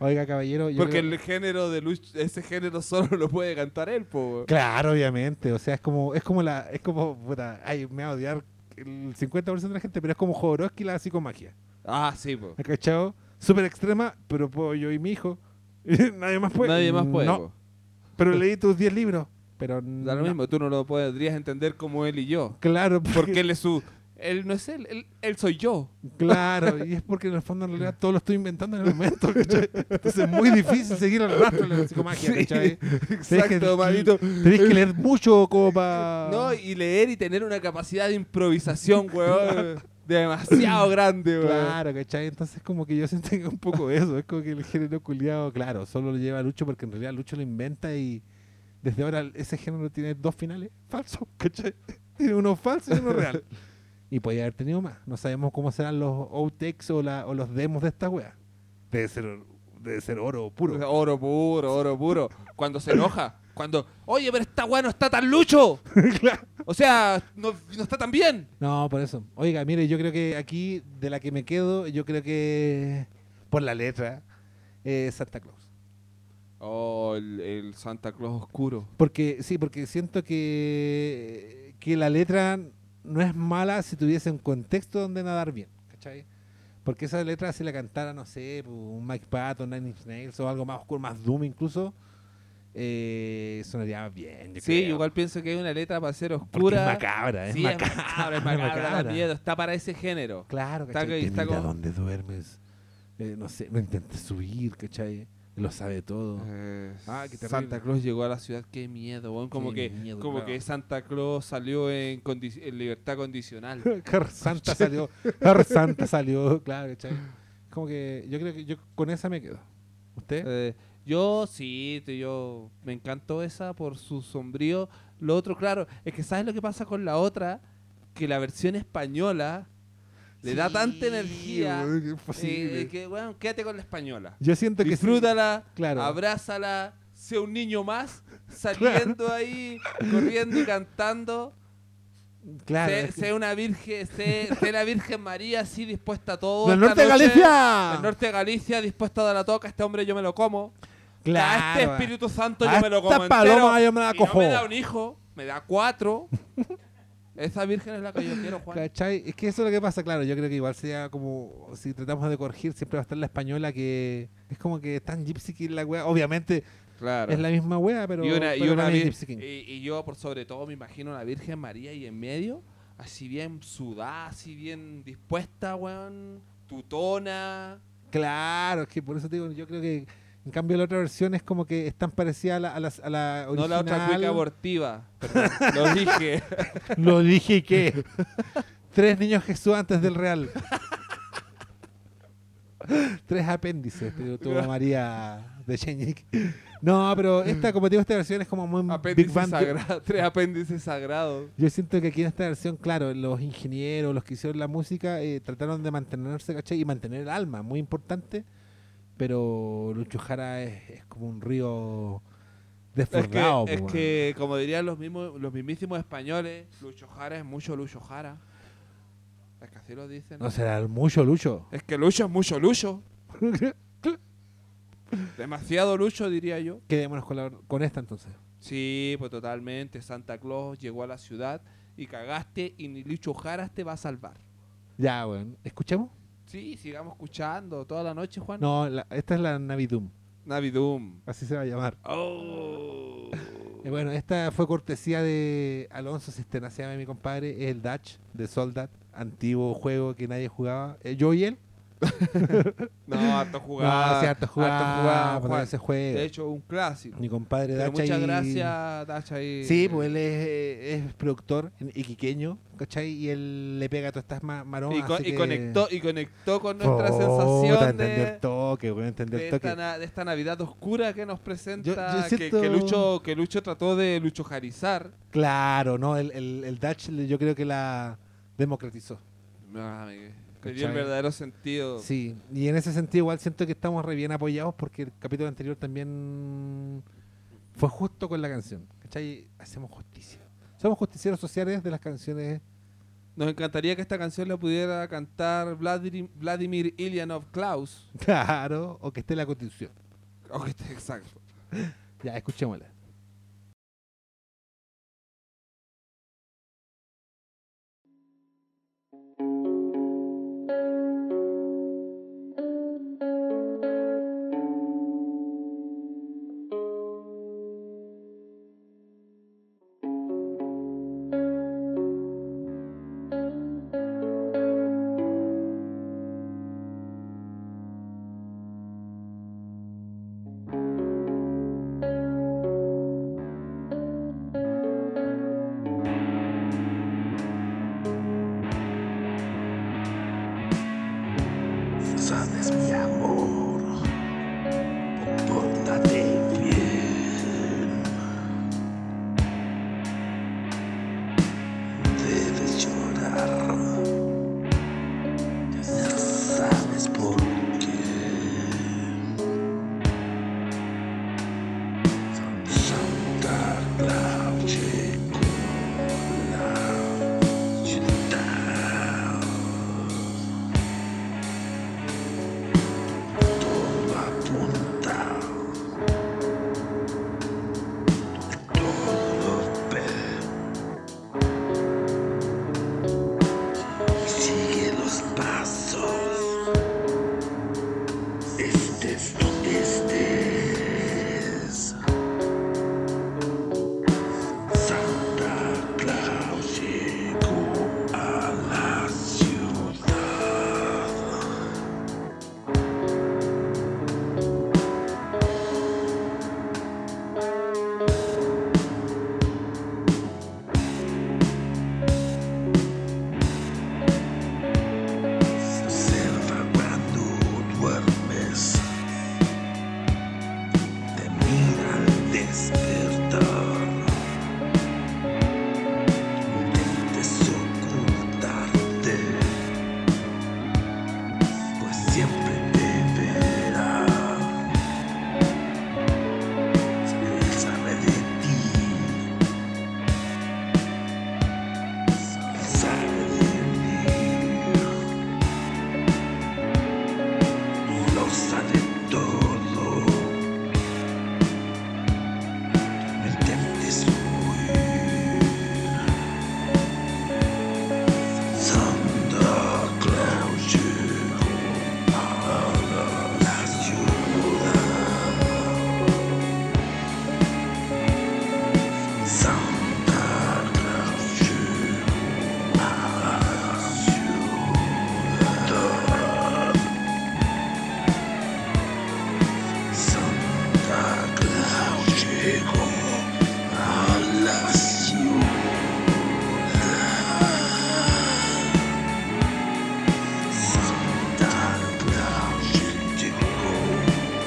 S4: Oiga, caballero. yo
S3: Porque
S4: creo-
S3: el género de Luch, ese género solo lo puede cantar él, po.
S4: Claro, obviamente. O sea, es como, es como la, es como, puta, ay, me va a odiar el 50% de la gente, pero es como Jodorowsky la psicomagia.
S3: Ah, sí, po.
S4: ¿Me cachado? Súper extrema, pero puedo yo y mi hijo. Nadie más
S3: Pues,
S4: puede.
S3: Nadie más puede.
S4: No,
S3: po.
S4: pero leí tus 10 libros. Pero
S3: Da lo
S4: no.
S3: mismo, tú no lo podrías entender como él y yo.
S4: Claro, pues.
S3: Porque él es su. Él no es él, él, él soy yo.
S4: Claro, y es porque en el fondo en realidad todo lo estoy inventando en el momento. ¿cachai? Entonces es muy difícil seguir el rastro de la psicomagia,
S3: Sí,
S4: ¿cachai? Tenés
S3: Exacto, manito.
S4: Tenés que leer mucho como para.
S3: No, y leer y tener una capacidad de improvisación, weón. demasiado grande, weón.
S4: Claro, ¿cachai? Entonces como que yo siento que un poco eso, es como que el género culiado, claro, solo lo lleva Lucho porque en realidad Lucho lo inventa y desde ahora ese género tiene dos finales falsos, ¿cachai? Tiene uno falso y uno real. Y podía haber tenido más. No sabemos cómo serán los outtakes o, la, o los demos de esta wea. Debe ser, debe ser oro puro.
S3: Oro puro, oro puro. Cuando se enoja. Cuando, oye, pero esta weá no está tan lucho. O sea, no, no está tan bien.
S4: No, por eso. Oiga, mire, yo creo que aquí, de la que me quedo, yo creo que por la letra, eh, Santa Claus.
S3: Oh, el, el Santa Claus oscuro.
S4: Porque, sí, porque siento que, que la letra no es mala si tuviese un contexto donde nadar bien, ¿cachai? Porque esa letra, si la cantara, no sé, pu, un Mike Patton, Nine Inch Nails o algo más oscuro, más Doom incluso, eh, sonaría bien. yo
S3: Sí,
S4: creo.
S3: igual pienso que hay una letra para ser
S4: Porque
S3: oscura.
S4: es macabra, es
S3: Sí,
S4: macabra.
S3: es macabra, da
S4: macabra.
S3: miedo, está para ese género.
S4: Claro,
S3: Está
S4: ¿cachai?
S3: que-
S4: Te
S3: está
S4: mira
S3: como-
S4: dónde duermes. Eh, no sé, no intentes subir, ¿cachai? Lo sabe todo.
S3: Eh,
S4: Ah, qué terrible.
S3: Santa Claus llegó a la ciudad, qué miedo, weón. Como,
S4: Qué
S3: que,
S4: miedo,
S3: como
S4: claro.
S3: que Santa Claus salió en, condi- en libertad condicional.
S4: Car Santa salió. Car Santa salió, claro, ¿cachai? Como que yo creo que yo con esa me quedo. ¿Usted?
S3: Eh, yo sí, te- yo me encantó esa por su sombrío. Lo otro, claro, es que ¿sabes lo que pasa con la otra? Que la versión española le da tanta energía.
S4: weón, que es
S3: eh,
S4: posible.
S3: que, bueno, quédate con la española.
S4: Yo siento que sí.
S3: Disfrútala,
S4: claro.
S3: abrázala, sea un niño más, saliendo ahí, corriendo y cantando.
S4: Claro.
S3: sé,
S4: es que-
S3: sé una virgen, sé, sé la Virgen María así dispuesta a todo.
S4: ¡Del
S3: esta
S4: norte de
S3: noche.
S4: Galicia!
S3: Del norte de Galicia, dispuesta a dar la toca. Este hombre yo me lo como.
S4: Claro.
S3: A este Espíritu Santo
S4: A
S3: yo me lo
S4: esta
S3: como
S4: paloma
S3: entero.
S4: yo me la
S3: Y no
S4: cojo.
S3: me da un hijo, me da cuatro. Esa virgen es la que yo quiero, Juan.
S4: ¿Cachai? Es que eso es lo que pasa, claro. Yo creo que igual sea como. Si tratamos de corregir, siempre va a estar la española que. Es como que es tan gypsy que la wea. Obviamente
S3: Claro.
S4: es la misma wea, pero.
S3: y una, y
S4: pero
S3: una
S4: no es
S3: vir-
S4: Gypsy King.
S3: y- y yo por sobre todo me imagino a la Virgen María y en medio, así bien sudada, así bien dispuesta, weón, tutona.
S4: Claro, es que por eso te digo, yo creo que. En cambio, la otra versión es como que es tan parecida a la, a la, a la original.
S3: No la otra cuica abortiva. Perdón, lo dije.
S4: Lo dije que. Tres niños Jesús antes del Real. Tres apéndices te- tuvo María de Cheñic. No, pero esta, como te digo, esta versión es como muy Big
S3: Apéndices
S4: Band.
S3: sagrados. Tres apéndices sagrados.
S4: Yo siento que aquí en esta versión, claro, los ingenieros, los que hicieron la música, eh, trataron de mantenerse, ¿cachai? Y mantener el alma, muy importante. Pero Lucho Jara es, es como un río
S3: Es que, es
S4: desbordado. po, pues, weón.
S3: que, como dirían los mismos, los mismísimos españoles, Lucho Jara es mucho Lucho Jara. Es que así lo dicen.
S4: No será el mucho Lucho.
S3: Es que Lucho es mucho Lucho. Demasiado Lucho, diría yo.
S4: Quedémonos con, la- con esta entonces.
S3: Sí, pues totalmente. Santa Claus llegó a la ciudad y cagaste y ni Lucho Jara te va a salvar.
S4: Ya, weón. ¿Escuchemos?
S3: Sí, sigamos escuchando toda la noche, Juan.
S4: No, la- esta es la Navidum.
S3: Navidum.
S4: Así se va a llamar.
S3: Oh.
S4: Eh, bueno, esta fue cortesía de Alonso Cisterna, se llama mi compadre, es el Dutch de Soldat, antiguo juego que nadie jugaba. Eh, yo y él.
S3: No, harto
S4: Ah,
S3: jugado.
S4: sí, harto jugaba,
S3: jugado,
S4: poner
S3: Juan.
S4: ese juego.
S3: De hecho, un clásico.
S4: Mi compadre
S3: Pero
S4: Dutch.
S3: muchas
S4: ahí-
S3: gracias, Dacha. ahí.
S4: Sí, pues él es, eh, es productor iquiqueño, ¿cachai? Y él le pega todas estas ma- maromas.
S3: Y, co-
S4: así
S3: y
S4: que-
S3: conectó, y conectó con nuestra
S4: Puta,
S3: sensación
S4: entendió
S3: de,
S4: el toque, weón, entendió
S3: de
S4: el
S3: esta,
S4: toque.
S3: na- de esta Navidad oscura que nos presenta.
S4: Yo- yo
S3: que-
S4: siento-
S3: que, Lucho, que Lucho trató de luchojarizar.
S4: Claro, no, el, el, el Dutch le- yo creo que la democratizó.
S3: No, amigo, Le dio el
S4: ¿Cachai?
S3: verdadero sentido.
S4: Sí, y en ese sentido igual siento que estamos re bien apoyados porque el capítulo anterior también fue justo con la canción. ¿Cachai? Hacemos justicia. Somos justicieros sociales de las canciones.
S3: Nos encantaría que esta canción la pudiera cantar Vladimir, Vladimir Ilyanov Klaus.
S4: Claro, o que esté en la constitución.
S3: Oh, que esté exacto.
S4: Ya, escuchémosla.
S9: Thank Selva cuando duermes, te mira al despertar, intentes ocultarte, pues siempre te verá. Él sabe de ti, sabe de mí. Lo sabe todo. No intentes huir. Santa Claus llegó a la ciudad. Santa Claus llegó a la ciudad. Santa Claus llegó a la ciudad. Santa Claus llegó.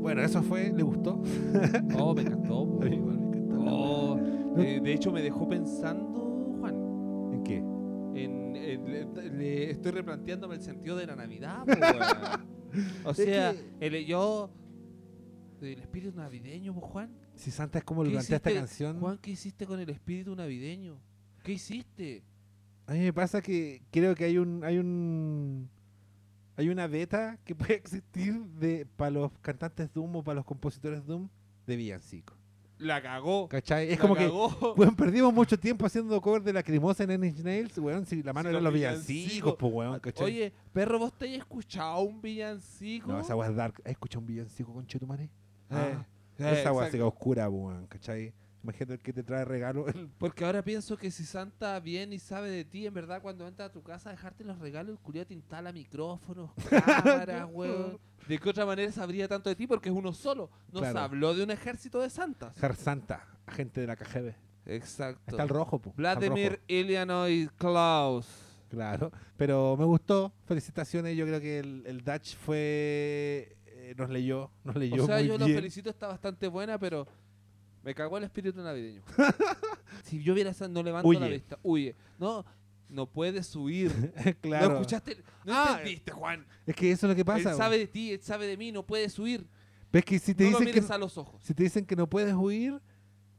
S4: Bueno, eso fue, ¿le gustó?
S3: Oh, me encantó. po.
S4: A mí igual me encantó.
S3: Oh, eh, de hecho, me dejó pensando, Juan.
S4: ¿En qué?
S3: En, en- le- le- estoy replanteándome el sentido de la Navidad. po, weón. o sea, el, yo. El espíritu navideño, po, Juan.
S4: Si Santa es como
S3: ¿Qué
S4: lo plantea esta
S3: hiciste,
S4: canción.
S3: Juan, ¿qué hiciste con el espíritu navideño? ¿Qué hiciste?
S4: A mí me pasa que creo que hay un hay un hay una beta que puede existir de para los cantantes Doom o para los compositores Doom de villancico.
S3: La cagó.
S4: ¿Cachai? Es
S3: la
S4: como
S3: cagó.
S4: que weón, perdimos mucho tiempo haciendo cover de la crimosa en Nine Inch Nails, weón, si la mano
S3: Si
S4: era
S3: los
S4: los villancicos,
S3: villancicos.
S4: pues weón, ¿cachai?
S3: Oye, perro, ¿vos te has escuchado un villancico?
S4: no, esa weá es dark. ¿Has escuchado un villancico con Chetumare?
S3: Ah, eh,
S4: esa weá
S3: exacto.
S4: se queda oscura, weón, ¿cachai? Imagínate el que te trae regalo.
S3: Porque ahora pienso que si Santa viene y sabe de ti, en verdad, cuando entra a tu casa a dejarte los regalos, el culiao te instala micrófonos, cámaras, weón. ¿De qué otra manera sabría tanto de ti? Porque es uno solo. Nos
S4: Claro.
S3: habló de un ejército de santas.
S4: Jar Santa, agente de la KGB.
S3: Exacto.
S4: Está el rojo, pues.
S3: Vladimir Illinois Klaus.
S4: Claro, pero me gustó. Felicitaciones. Yo creo que el, el Dutch fue. eh, nos leyó, nos leyó.
S3: o sea,
S4: muy
S3: yo lo
S4: bien.
S3: felicito, está bastante buena, pero me cagó el espíritu navideño. si yo viera esa, no levanto la
S4: Huye.
S3: vista. Huye. No, no puedes huir.
S4: claro.
S3: No escuchaste, no
S4: Ah,
S3: entendiste, Juan.
S4: Es que eso es lo que pasa.
S3: él
S4: güey.
S3: sabe de ti, él sabe de mí, no puedes huir.
S4: Ves que si te
S3: no lo
S4: dicen que
S3: mires
S4: no-
S3: a los ojos.
S4: si te dicen que no puedes huir,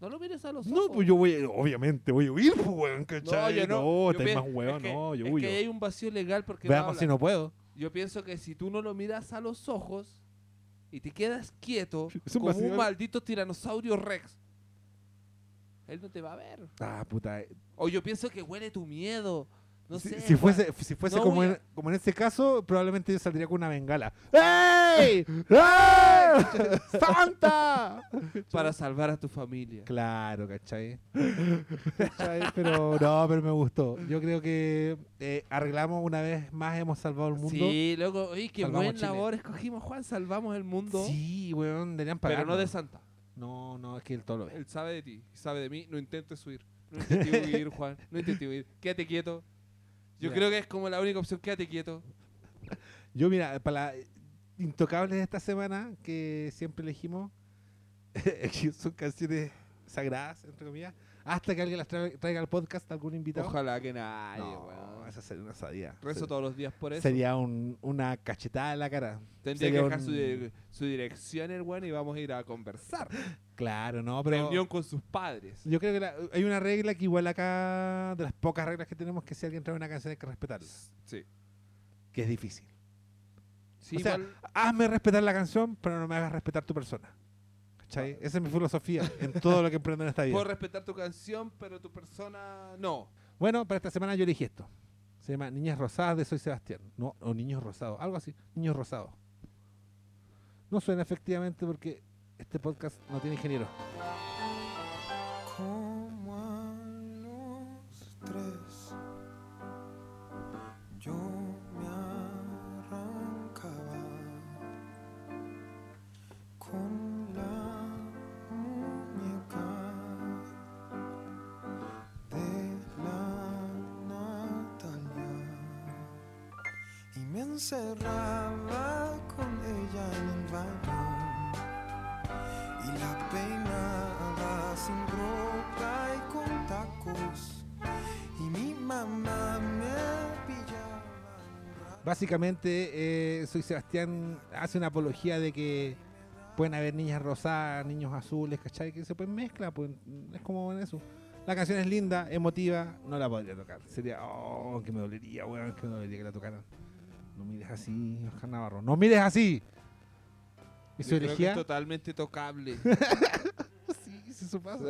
S3: No lo mires a los ojos.
S4: no, pues yo voy, a- obviamente voy a huir, pues, weón,
S3: No,
S4: ¿cachai?
S3: yo no.
S4: No,
S3: Yo
S4: estáis
S3: pi-
S4: más hueón,
S3: es que-
S4: no, yo
S3: es
S4: huyo.
S3: que hay un vacío legal porque no
S4: Veamos
S3: habla.
S4: si no puedo.
S3: Yo pienso que si tú no lo miras a los ojos y te quedas quieto
S4: Es un
S3: como
S4: vacío
S3: un
S4: legal.
S3: maldito tiranosaurio rex, él no te va a ver.
S4: Ah, puta. eh,
S3: O yo pienso que huele tu miedo. No
S4: si,
S3: sé.
S4: si
S3: Juan.
S4: fuese, si fuese
S3: No
S4: como,
S3: huya.
S4: en, como en ese caso, probablemente yo saldría con una bengala. ¡Ey! ¡Ey! ¡Santa!
S3: Para salvar a tu familia.
S4: Claro, ¿cachai? ¿Cachai? Pero no, pero me gustó. Yo creo que eh, arreglamos una vez más, hemos salvado el mundo.
S3: Sí, luego, oye, qué
S4: Salvamos
S3: buen
S4: Chile.
S3: labor escogimos, Juan. Salvamos el mundo.
S4: Sí, weón, deberían pagar.
S3: pero no de Santa.
S4: no, no, es que él todo lo ve.
S3: Él sabe de ti, sabe de mí. No intentes huir. No intentes huir, Juan. No intentes huir. Quédate quieto. Yo
S4: Ya.
S3: creo que es como la única opción. Quédate quieto.
S4: Yo, mira, para las intocables de esta semana, que siempre elegimos, que son canciones sagradas, entre comillas, Hasta que alguien las tra- traiga al podcast, algún invitado.
S3: Ojalá que nadie,
S4: No,
S3: weón.
S4: esa sería una sadía.
S3: Rezo
S4: Se-
S3: todos los días por eso.
S4: Sería un- una cachetada en la cara.
S3: Tendría que
S4: Sería
S3: dejar
S4: un-
S3: su, dir- su dirección el weón y vamos a ir a conversar.
S4: Claro, no, pero...
S3: Reunión con sus padres.
S4: Yo creo que la- hay una regla que igual acá, de las pocas reglas que tenemos, que si alguien trae una canción hay que respetarla.
S3: Sí.
S4: Que es difícil.
S3: Sí,
S4: o sea,
S3: igual-
S4: hazme respetar la canción, pero no me hagas respetar tu persona. ¿Cachai? Esa es mi filosofía en todo lo que emprendo en esta vida.
S3: Puedo respetar tu canción, pero tu persona no.
S4: Bueno, para esta semana yo elegí esto. Se llama Niñas Rosadas de Soy Sebastián. No, o Niños Rosados, algo así. Niños Rosados. No suena efectivamente porque este podcast no tiene ingeniero.
S10: Como a los tres, yo me arrancaba con la muñeca de la Natalia y me encerraba con ella en el baño y la peinaba sin ropa y con tacos y mi mamá me pillaba en brazos.
S4: Básicamente, eh, Soy Sebastián hace una apología de que pueden haber niñas rosadas, niños azules, ¿cachai? Que se pueden mezcla, pues es como en eso. La canción es linda, emotiva, no la podría tocar. Sería, oh, que me dolería, weón, que me dolería que la tocaran. No mires así, Oscar Navarro, no mires así. Y su
S3: Yo creo que
S4: elegía.
S3: es totalmente tocable.
S4: Sí, sí, eso pasa.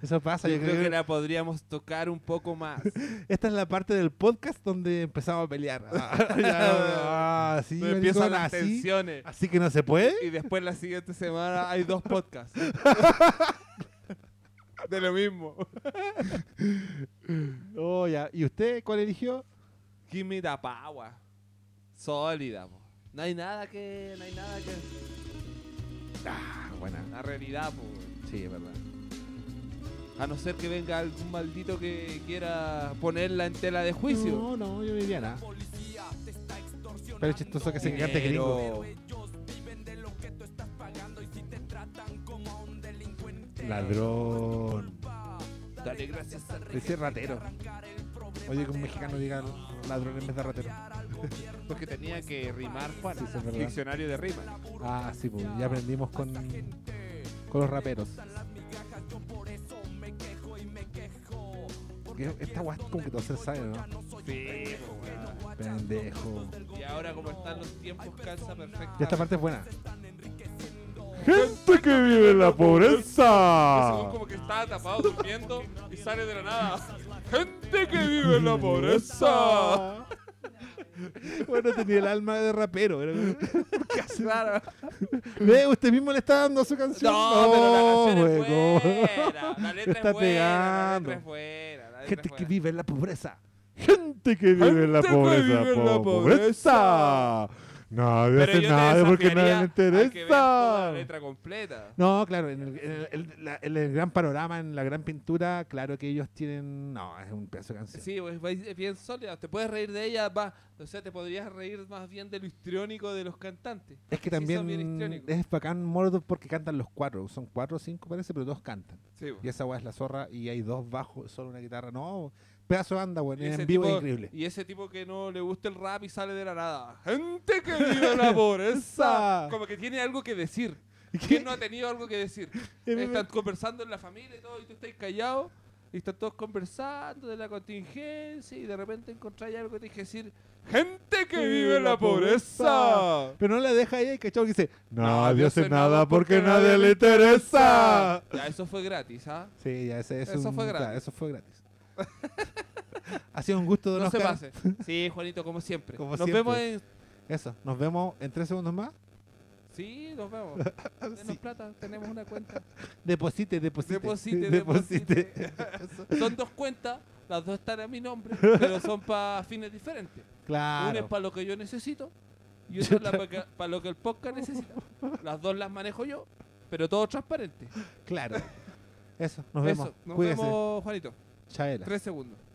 S4: eso pasa,
S3: Yo creo que la podríamos tocar un poco más.
S4: Esta es la parte del podcast donde empezamos a pelear. Ah, ya, ah, sí,
S3: Donde empiezan
S4: maricón,
S3: las
S4: así,
S3: tensiones.
S4: así que no se puede.
S3: Y después la siguiente semana hay dos podcasts. De lo mismo.
S4: Oh, ya. ¿Y usted cuál eligió?
S3: Give me the power. Sólida, po. No hay nada que. No hay nada que.
S4: Ah, buena.
S3: La realidad, po.
S4: Sí, es verdad.
S3: A no ser que venga algún maldito que quiera ponerla en tela de juicio.
S4: No, no, yo no diría nada. Pero es chistoso que se cante gringo.
S3: Pero.
S4: Ladrón.
S3: Dale gracias a
S4: Ese es ratero. Oye, que un mexicano diga ladrón en vez de ratero.
S3: Porque tenía que rimar Juan.
S4: Sí, eso es verdad.
S3: Diccionario de rimas.
S4: Ah, sí, pues ya aprendimos con, con los raperos. Que Esta guay como que todos se saben, ¿no?
S3: Sí, po, weón.
S4: Pendejo.
S3: Y ahora como están los tiempos calza perfecta.
S4: Ya esta parte es buena.
S11: Gente que vive en la
S3: Según
S11: pobreza.
S3: como que estaba tapado durmiendo y sale de la nada. Gente que vive en la pobreza.
S4: bueno, tenía el alma de rapero. Era como-
S3: Claro.
S4: Ve, usted mismo le está dando a su canción.
S3: No, pero la canción
S4: güey,
S3: es
S4: ¿cómo?
S3: buena. La letra
S4: Está
S3: es buena. La
S4: pegando.
S3: letra es buena. La letra
S4: Gente
S3: es
S4: que
S3: buena.
S4: vive en la pobreza.
S11: Gente que vive en la
S3: Gente que
S11: pobreza.
S3: vive en la
S11: pobreza. Nadie
S3: Pero yo
S11: hace
S3: te
S11: nada porque
S3: desafiaría
S11: nadie le
S3: a que veas toda
S11: interesa.
S3: la letra completa.
S4: No, claro, en el, en el- el- la- en el gran panorama, en la gran pintura, claro que ellos tienen. No, es un pedazo de canción.
S3: Sí, pues, va- es bien sólida. Te puedes reír de ella, va. O sea, te podrías reír más bien de lo histriónico de los cantantes.
S4: Es que
S3: Sí, son bien
S4: también
S3: histriónicos.
S4: es bacán Mordor porque cantan los cuatro. Son cuatro o cinco, parece, pero dos cantan.
S3: Sí, pues.
S4: Y esa weá es la zorra y hay dos bajos, solo una guitarra. No, pedazo de banda, weón.
S3: Y
S4: En
S3: ese
S4: vivo es
S3: tipo-
S4: increíble.
S3: Y ese tipo que no le gusta el rap y sale de la nada. Gente que vive la pobreza. Como que tiene algo que decir. ¿Quién no ha tenido algo que decir? Están conversando en la familia y todo, y tú estás callado. Y están todos conversando de la contingencia y de repente encontráis algo que tienes que decir. Gente que vive la pobreza.
S4: Pero no la deja ahí, cachao, que dice:
S11: Nadie hace nada porque nadie le interesa.
S3: Ya, eso fue gratis, ¿ah?
S4: Sí, ya ese es
S3: Eso
S4: un-
S3: fue gratis.
S4: claro, eso fue gratis. ha sido un gusto, don
S3: No se
S4: Oscar.
S3: pase. Sí, Juanito, como siempre.
S4: Como
S3: Nos
S4: siempre.
S3: vemos en.
S4: Eso, nos vemos en tres segundos más.
S3: Sí, nos vemos. Denos plata, tenemos una cuenta.
S4: Deposite, deposite.
S3: Deposite,
S4: Deposite.
S3: Son dos cuentas, las dos están a mi nombre, pero son para fines diferentes. Una es
S4: claro.
S3: para lo que yo necesito y otra es para lo que el podcast necesita. Las dos las manejo yo, pero todo transparente.
S4: Claro. Eso, nos vemos.
S3: Eso, nos
S4: Cuídese.
S3: vemos, Juanito.
S4: Chaela.
S3: Tres segundos.